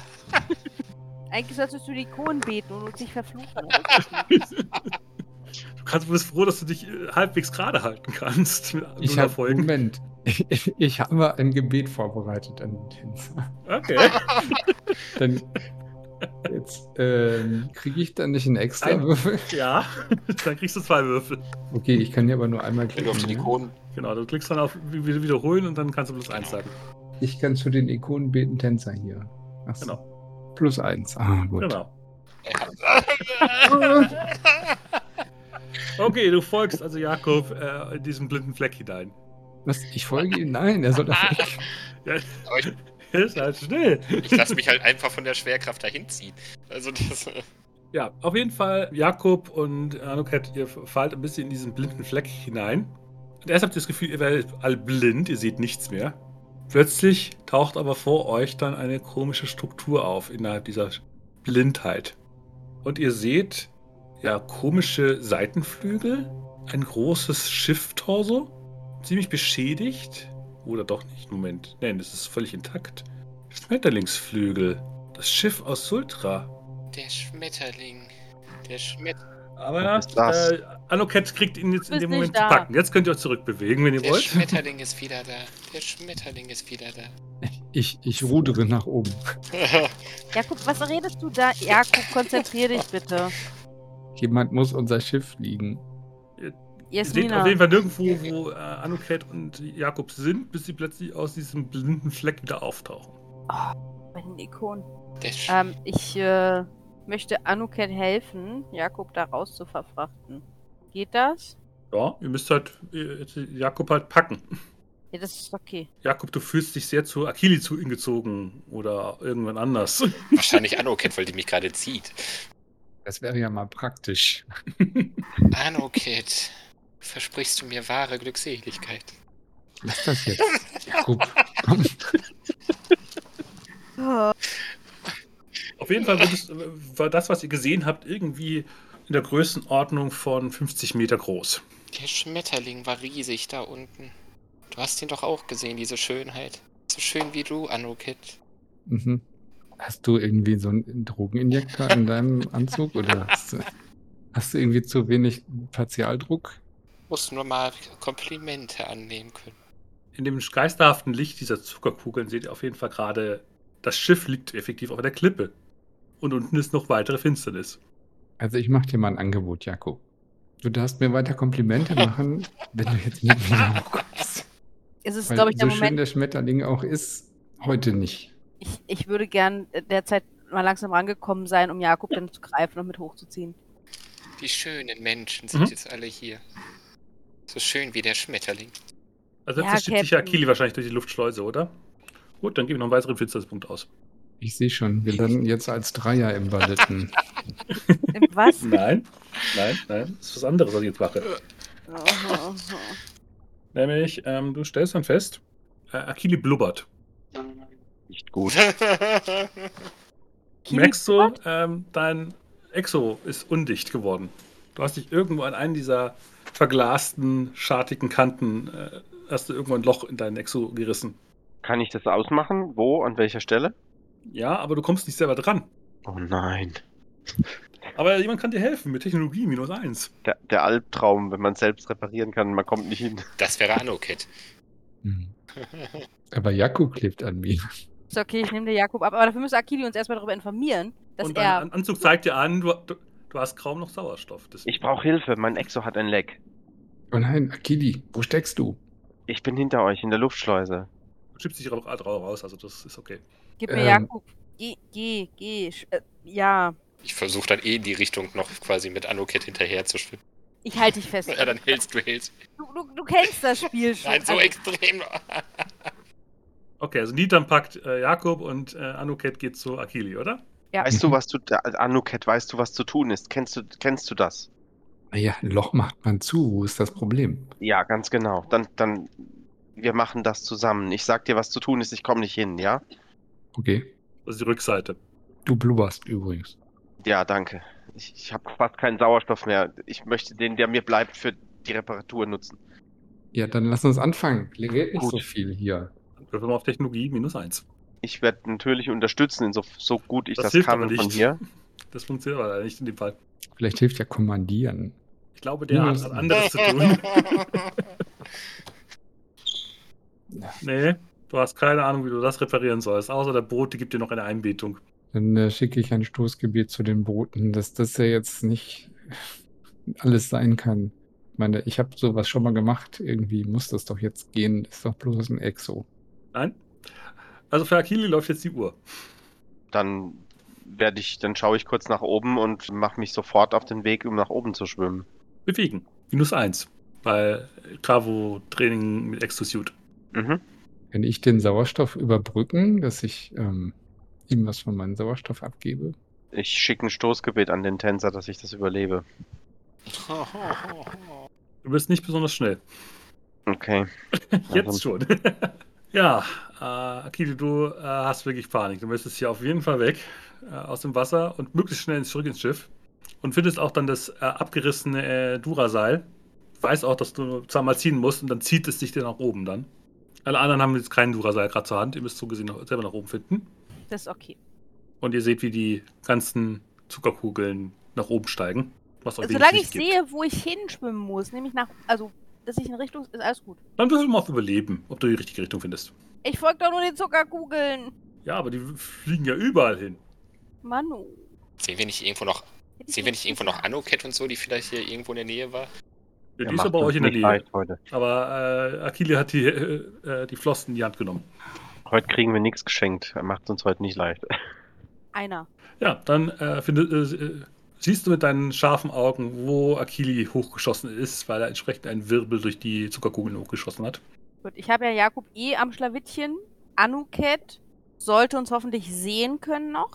Eigentlich solltest du die Kohlen beten und uns nicht verfluchen. Du, kannst, du bist froh, dass du dich äh, halbwegs gerade halten kannst. Mit Ich null habe Erfolgen. Moment. Ich, ich habe ein Gebet vorbereitet an den Tänzer. Okay. Dann jetzt ähm, kriege ich dann nicht einen extra Ein- Würfel. Ja, dann kriegst du zwei Würfel. Okay, ich kann ja aber nur einmal Wenn du auf klicken. die ne? Ikonen Genau, du klickst dann auf wie- wie- Wiederholen und dann kannst du bloß eins sagen. Ich kann zu den Ikonen beten Tänzer hier. Ach so. Plus eins. Ah, gut. Genau. Okay, du folgst also Jakob äh, in diesem blinden Fleck hinein. Was? Ich folge ihm? Nein, er soll doch weg. Ja, Aber ich, er ist halt schnell. ich lasse mich halt einfach von der Schwerkraft dahin ziehen. Also das. äh, Ja, auf jeden Fall, Jakob und Anukat, ihr fallt ein bisschen in diesen blinden Fleck hinein. Und erst habt ihr das Gefühl, ihr werdet alle blind, ihr seht nichts mehr. Plötzlich taucht aber vor euch dann eine komische Struktur auf innerhalb dieser Blindheit. Und ihr seht ja komische Seitenflügel, ein großes Schifftorso, ziemlich beschädigt. Oder doch nicht, Moment. Nein, das ist völlig intakt. Schmetterlingsflügel. Das Schiff aus Sultra. Der Schmetterling. Der Schmetterling. Aber Was ist das? äh, Anoket kriegt ihn jetzt Du in bist dem nicht Moment da. zu packen. Jetzt könnt ihr euch zurückbewegen, wenn ihr Der wollt. Schmetterling ist wieder da. Der Schmetterling ist wieder da. Ich, ich rudere nach oben. Jakob, was redest du da? Jakob, konzentrier dich bitte. Jemand muss unser Schiff liegen. Ihr seht Jasmina. auf jeden Fall nirgendwo, wo äh, Anoket und Jakob sind, bis sie plötzlich aus diesem blinden Fleck wieder auftauchen. Mein Ikon. Der Sch Ähm, ich äh, möchte Anuket helfen, Jakob da raus zu verfrachten. Geht das? Ja, ihr müsst halt äh, jetzt Jakob halt packen. Ja, das ist okay. Jakob, du fühlst dich sehr zu Achilles zu ihm gezogen oder irgendwann anders. Wahrscheinlich Anno kennt, weil die mich gerade zieht. Das wäre ja mal praktisch. Anno Kid, versprichst du mir wahre Glückseligkeit? Lass das jetzt. Jakob, komm. Auf jeden Fall wird es, äh, war das, was ihr gesehen habt, irgendwie in der Größenordnung von 50 Meter groß. Der Schmetterling war riesig da unten. Du hast ihn doch auch gesehen, diese Schönheit. So schön wie du, Anno Kid. Mhm. Hast du irgendwie so einen Drogeninjektor in deinem Anzug oder hast du, hast du irgendwie zu wenig Partialdruck? Musst nur mal Komplimente annehmen können. In dem geisterhaften Licht dieser Zuckerkugeln seht ihr auf jeden Fall gerade, das Schiff liegt effektiv auf einer Klippe. Und unten ist noch weitere Finsternis. Also ich mache dir mal ein Angebot, Jakob. Du darfst mir weiter Komplimente machen, wenn du jetzt nicht wieder hochkommst. Es ist, Weil glaube ich, so der schön Moment. der Schmetterling auch ist, heute nicht. Ich, ich würde gern äh, derzeit mal langsam rangekommen sein, um Jakob dann zu greifen und mit hochzuziehen. Die schönen Menschen sind Mhm. jetzt alle hier. So schön wie der Schmetterling. Also jetzt Ja, verschiebt sich Captain. Achille wahrscheinlich durch die Luftschleuse, oder? Gut, dann gebe ich noch einen weiteren Finsternispunkt aus. Ich sehe schon, wir landen jetzt als Dreier im Balletten. Im Was? Nein, nein, nein. Das ist was anderes, was ich jetzt mache. Nämlich, ähm, du stellst dann fest, äh, Akili blubbert. Nicht gut. Akili Merkst du, ähm, dein Exo ist undicht geworden. Du hast dich irgendwo an einen dieser verglasten, schartigen Kanten, äh, hast du irgendwo ein Loch in deinen Exo gerissen. Kann ich das ausmachen? Wo? An welcher Stelle? Ja, aber du kommst nicht selber dran. Oh nein. Aber jemand kann dir helfen mit Technologie minus eins. Der, der Albtraum, wenn man selbst reparieren kann, man kommt nicht hin. Das wäre Anno Kid. Hm. Aber Jakob klebt an mir. ist okay, ich nehme dir Jakob ab. Aber dafür müsste Akili uns erstmal darüber informieren, dass Und dein er. An- Anzug zeigt dir an, du, du, du hast kaum noch Sauerstoff. Das- Ich brauche Hilfe, mein Exo hat ein Leck. Oh nein, Akili, wo steckst du? Ich bin hinter euch in der Luftschleuse. Du schiebst dich auch raus, also das ist okay. Gib mir ähm, Jakob. Geh, geh, geh. sch- Äh, ja. Ich versuche dann eh in die Richtung noch quasi mit Anno Kid hinterher zu schwimmen. Ich halte dich fest. Ja, dann hältst du, hältst. Du, du, du kennst das Spiel schon. Nein, so Also, extrem. Okay, also Nitan packt äh, Jakob und äh, Anuket geht zu Akili, oder? Ja. Weißt du, was du, da- Anuket, weißt du, was zu tun ist? Kennst du, kennst du das? Naja, ein Loch macht man zu, wo ist das Problem? Ja, ganz genau. Dann, dann, wir machen das zusammen. Ich sag dir, was zu tun ist, ich komme nicht hin, ja? Okay. Also die Rückseite. Du blubberst übrigens. Ja, danke. Ich, ich habe fast keinen Sauerstoff mehr. Ich möchte den, der mir bleibt, für die Reparatur nutzen. Ja, dann lass uns anfangen. Hier Geht nicht Gut. so viel hier. Würfel mal auf Technologie minus eins. Ich werde natürlich unterstützen, so, so gut ich Das das, hilft kann aber nicht. von hier. Das funktioniert aber leider nicht in dem Fall. Vielleicht hilft ja Kommandieren. Ich glaube, der hat Minus hat eins. anderes zu tun. Nee, du hast keine Ahnung, wie du das reparieren sollst. Außer der Bote gibt dir noch eine Einbetung. Dann äh, schicke ich ein Stoßgebet zu den Boten, dass das ja jetzt nicht alles sein kann. Ich meine, ich habe sowas schon mal gemacht. Irgendwie muss das doch jetzt gehen. Ist doch bloß ein Exo. Nein? Also für Akili läuft jetzt die Uhr. Dann werde ich, dann schaue ich kurz nach oben und mache mich sofort auf den Weg, um nach oben zu schwimmen. Bewegen. Minus eins. Bei Bravo Training mit Exosuit. Mhm. Kann ich den Sauerstoff überbrücken, dass ich ähm, ihm was von meinem Sauerstoff abgebe? Ich schicke ein Stoßgebet an den Tänzer, dass ich das überlebe. Du bist nicht besonders schnell. Okay. Jetzt schon. ja, äh, Akili, du äh, hast wirklich Panik. Du möchtest hier auf jeden Fall weg äh, aus dem Wasser und möglichst schnell ins- zurück ins Schiff und findest auch dann das äh, abgerissene äh, Duraseil, weiß auch, dass du zweimal ziehen musst und dann zieht es dich dir nach oben dann. Alle anderen haben jetzt keinen Duraseil gerade zur Hand. Ihr müsst so gesehen noch, selber nach oben finden. Das ist okay. Und ihr seht, wie die ganzen Zuckerkugeln nach oben steigen. Was euch Also Solange wenig ich Licht gibt. sehe, wo ich hinschwimmen muss, nämlich nach, also, dass ich in Richtung, ist alles gut. Dann wirst du mal auf Überleben, ob du die richtige Richtung findest. Ich folge doch nur den Zuckerkugeln. Ja, aber die fliegen ja überall hin. Manu. Sehen wir nicht irgendwo noch, hätte sehen wir nicht irgendwo noch gesagt. Anoket und so, die vielleicht hier irgendwo in der Nähe war? Ja, Er die ist macht aber uns euch in der nicht Nähe. leicht Heute. Aber äh, Akile hat die, äh, äh, die Flossen in die Hand genommen. heute kriegen wir nichts geschenkt. Er macht uns heute nicht leicht. Einer. Ja, dann äh, findet- äh, äh, siehst du mit deinen scharfen Augen, wo Akili hochgeschossen ist, weil er entsprechend einen Wirbel durch die Zuckerkugeln hochgeschossen hat. Gut, ich habe ja Jakob eh am Schlawittchen. Anuket sollte uns hoffentlich sehen können noch.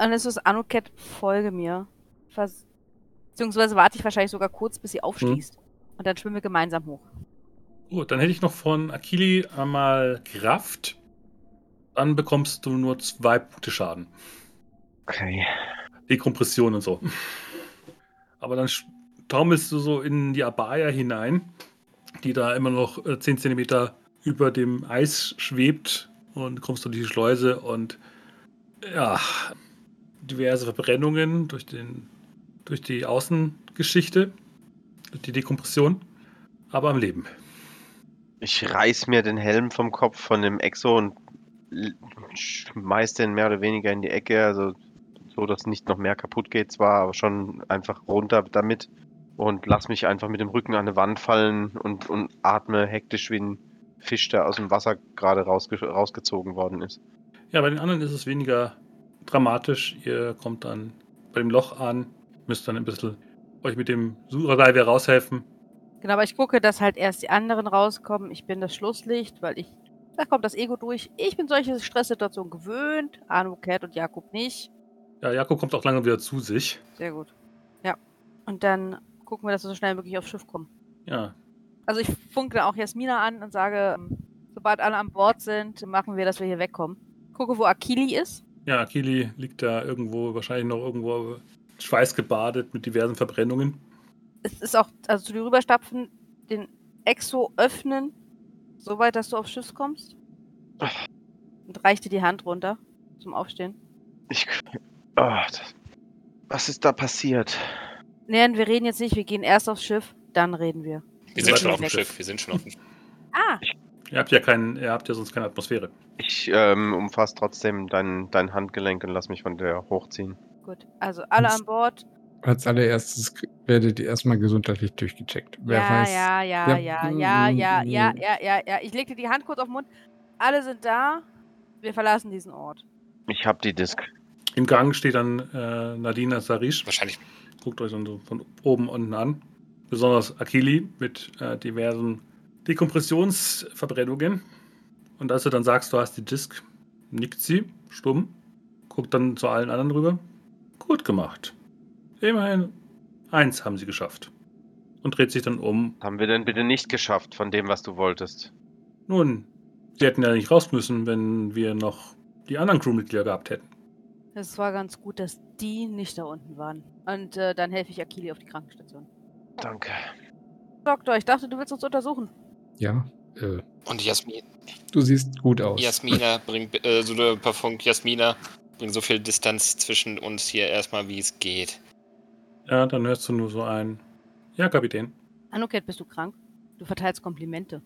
Und es ist Anuket, folge mir. Vers Beziehungsweise warte ich wahrscheinlich sogar kurz, bis sie aufschließt. Und dann schwimmen wir gemeinsam hoch. Gut, dann hätte ich noch von Akili einmal Kraft. Dann bekommst du nur zwei Punkte Schaden. Okay. Dekompression und so. Aber dann sch- taumelst du so in die Abaya hinein, die da immer noch äh, 10 cm über dem Eis schwebt und kommst durch die Schleuse und ja, diverse Verbrennungen durch, den, durch die Außengeschichte, durch die Dekompression, aber am Leben. Ich reiß mir den Helm vom Kopf von dem Exo und l- schmeiß den mehr oder weniger in die Ecke, also so, dass nicht noch mehr kaputt geht zwar, aber schon einfach runter damit und lass mich einfach mit dem Rücken an eine Wand fallen und, und atme hektisch wie ein Fisch, der aus dem Wasser gerade rausge rausgezogen worden ist. Ja, bei den anderen ist es weniger dramatisch. Ihr kommt dann bei dem Loch an, müsst dann ein bisschen euch mit dem Suradai wieder raushelfen. Genau, aber ich gucke, dass halt erst die anderen rauskommen. Ich bin das Schlusslicht, weil ich. Da kommt das Ego durch. Ich bin solche Stresssituationen gewöhnt. Anuket und Jakob nicht. Ja, Jakob kommt auch langsam wieder zu sich. Sehr gut. Ja. Und dann gucken wir, dass wir so schnell wie möglich aufs Schiff kommen. Ja, Also ich funke auch Jasmina an und sage, ähm, sobald alle an Bord sind, machen wir, dass wir hier wegkommen. Gucke, wo Akili ist. ja, Akili liegt da irgendwo, wahrscheinlich noch irgendwo schweißgebadet mit diversen Verbrennungen. Es ist auch, also zu dir rüberstapfen, den Exo öffnen, soweit, dass du aufs Schiff kommst. Und reich dir die Hand runter zum Aufstehen. Ich. Ah, das, was ist da passiert? Nein, wir reden jetzt nicht, wir gehen erst aufs Schiff, dann reden wir. Wir sind seid schon schon auf dem weg. Schiff, wir sind schon auf dem Schiff. Ah, Ihr habt ja keinen, ihr habt ja sonst keine Atmosphäre. Ich ähm, umfass trotzdem dein, dein Handgelenk und lass mich von der hochziehen. gut. Also alle an Bord. Als allererstes k- werdet ihr erstmal gesundheitlich durchgecheckt. Wer ja, weiß. ja, ja, ja, ja, ja, ja, ja, ja, ja. Ich legte die Hand kurz auf den Mund. Alle sind da. Wir verlassen diesen Ort. Ich hab die Disk. Im Gang steht dann äh, Nadina Sarish. Wahrscheinlich Guckt euch dann so von oben unten an. Besonders Akili mit äh, diversen Dekompressionsverbrennungen. Und als du dann sagst, du hast die Disk, nickt sie stumm, guckt dann zu allen anderen rüber. Gut gemacht. Immerhin eins haben sie geschafft. Und dreht sich dann um. Haben wir denn bitte nicht geschafft von dem, was du wolltest? Nun, sie hätten ja nicht raus müssen, wenn wir noch die anderen Crewmitglieder gehabt hätten. Es war ganz gut, dass die nicht da unten waren. Und äh, dann helfe ich Akili auf die Krankenstation. Danke. Doktor, ich dachte, du willst uns untersuchen. Ja, äh, Und Jasmin, du siehst gut aus. Jasmina bringt, äh, so eine Parfum, Jasmina bringt so viel Distanz zwischen uns hier erstmal, wie es geht. Ja, dann hörst du nur so ein. Ja, Kapitän. Anuket, bist du krank? Du verteilst Komplimente.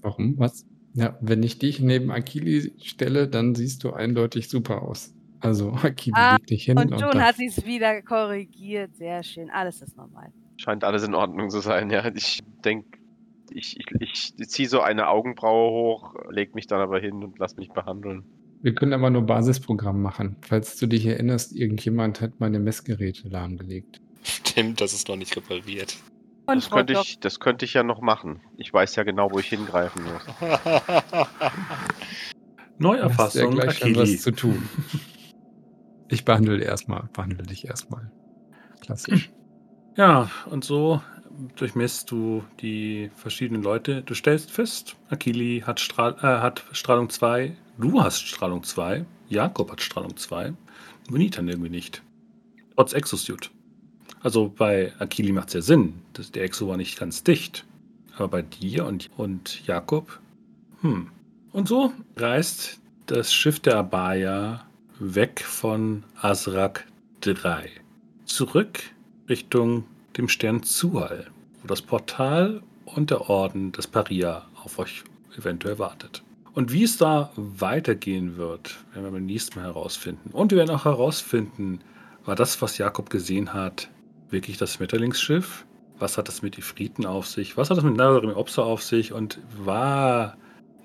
Warum? Was? Ja, wenn ich dich neben Akili stelle, dann siehst du eindeutig super aus. Also Akili Ah, leg dich hin Und dann- schon hat sie es wieder korrigiert. Sehr schön. Alles ist normal. Scheint alles in Ordnung zu sein, ja. Ich denke, ich, ich, ich ziehe so eine Augenbraue hoch, leg mich dann aber hin und lass mich behandeln. Wir können aber nur Basisprogramm machen. Falls du dich erinnerst, irgendjemand hat meine Messgeräte lahmgelegt. Stimmt, das ist noch nicht repariert. Und Das könnte, ich, das könnte ich ja noch machen. Ich weiß ja genau, wo ich hingreifen muss. Hast ja Neuerfassung gleich schon Akili. was zu tun. Ich behandle erstmal, behandle dich erstmal. Klassisch. Ja, und so durchmisst du die verschiedenen Leute. Du stellst fest, Akili hat, Strahl, äh, hat Strahlung 2, du hast Strahlung 2, Jakob hat Strahlung 2, Bonita irgendwie nicht. Trotz Exosuit. Also bei Akili macht es ja Sinn. Das, der Exo war nicht ganz dicht. Aber bei dir und, und Jakob? Hm. Und so reist das Schiff der Abaya weg von Asrak 3. Zurück Richtung dem Stern Zual, wo das Portal und der Orden des Paria auf euch eventuell wartet. Und wie es da weitergehen wird, werden wir beim nächsten Mal herausfinden. Und wir werden auch herausfinden, war das, was Jakob gesehen hat, wirklich das Schmetterlingsschiff? Was hat das mit Ifriten auf sich? Was hat das mit Nazarim Opsa auf sich? Und war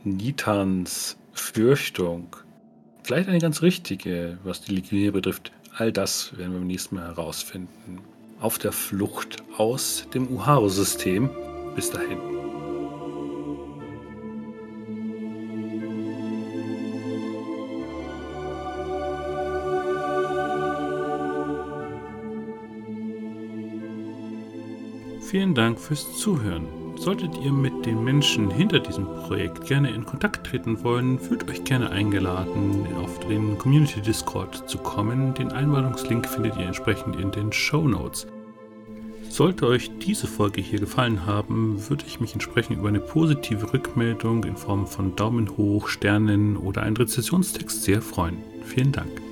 Nitans Fürchtung vielleicht eine ganz richtige, was die Liquinie betrifft? All das werden wir beim nächsten Mal herausfinden. Auf der Flucht aus dem Uharu-System. Bis dahin. Vielen Dank fürs Zuhören. Solltet ihr mit den Menschen hinter diesem Projekt gerne in Kontakt treten wollen, fühlt euch gerne eingeladen, auf den Community Discord zu kommen. Den Einladungslink findet ihr entsprechend in den Show Notes. Sollte euch diese Folge hier gefallen haben, würde ich mich entsprechend über eine positive Rückmeldung in Form von Daumen hoch, Sternen oder einen Rezessionstext sehr freuen. Vielen Dank.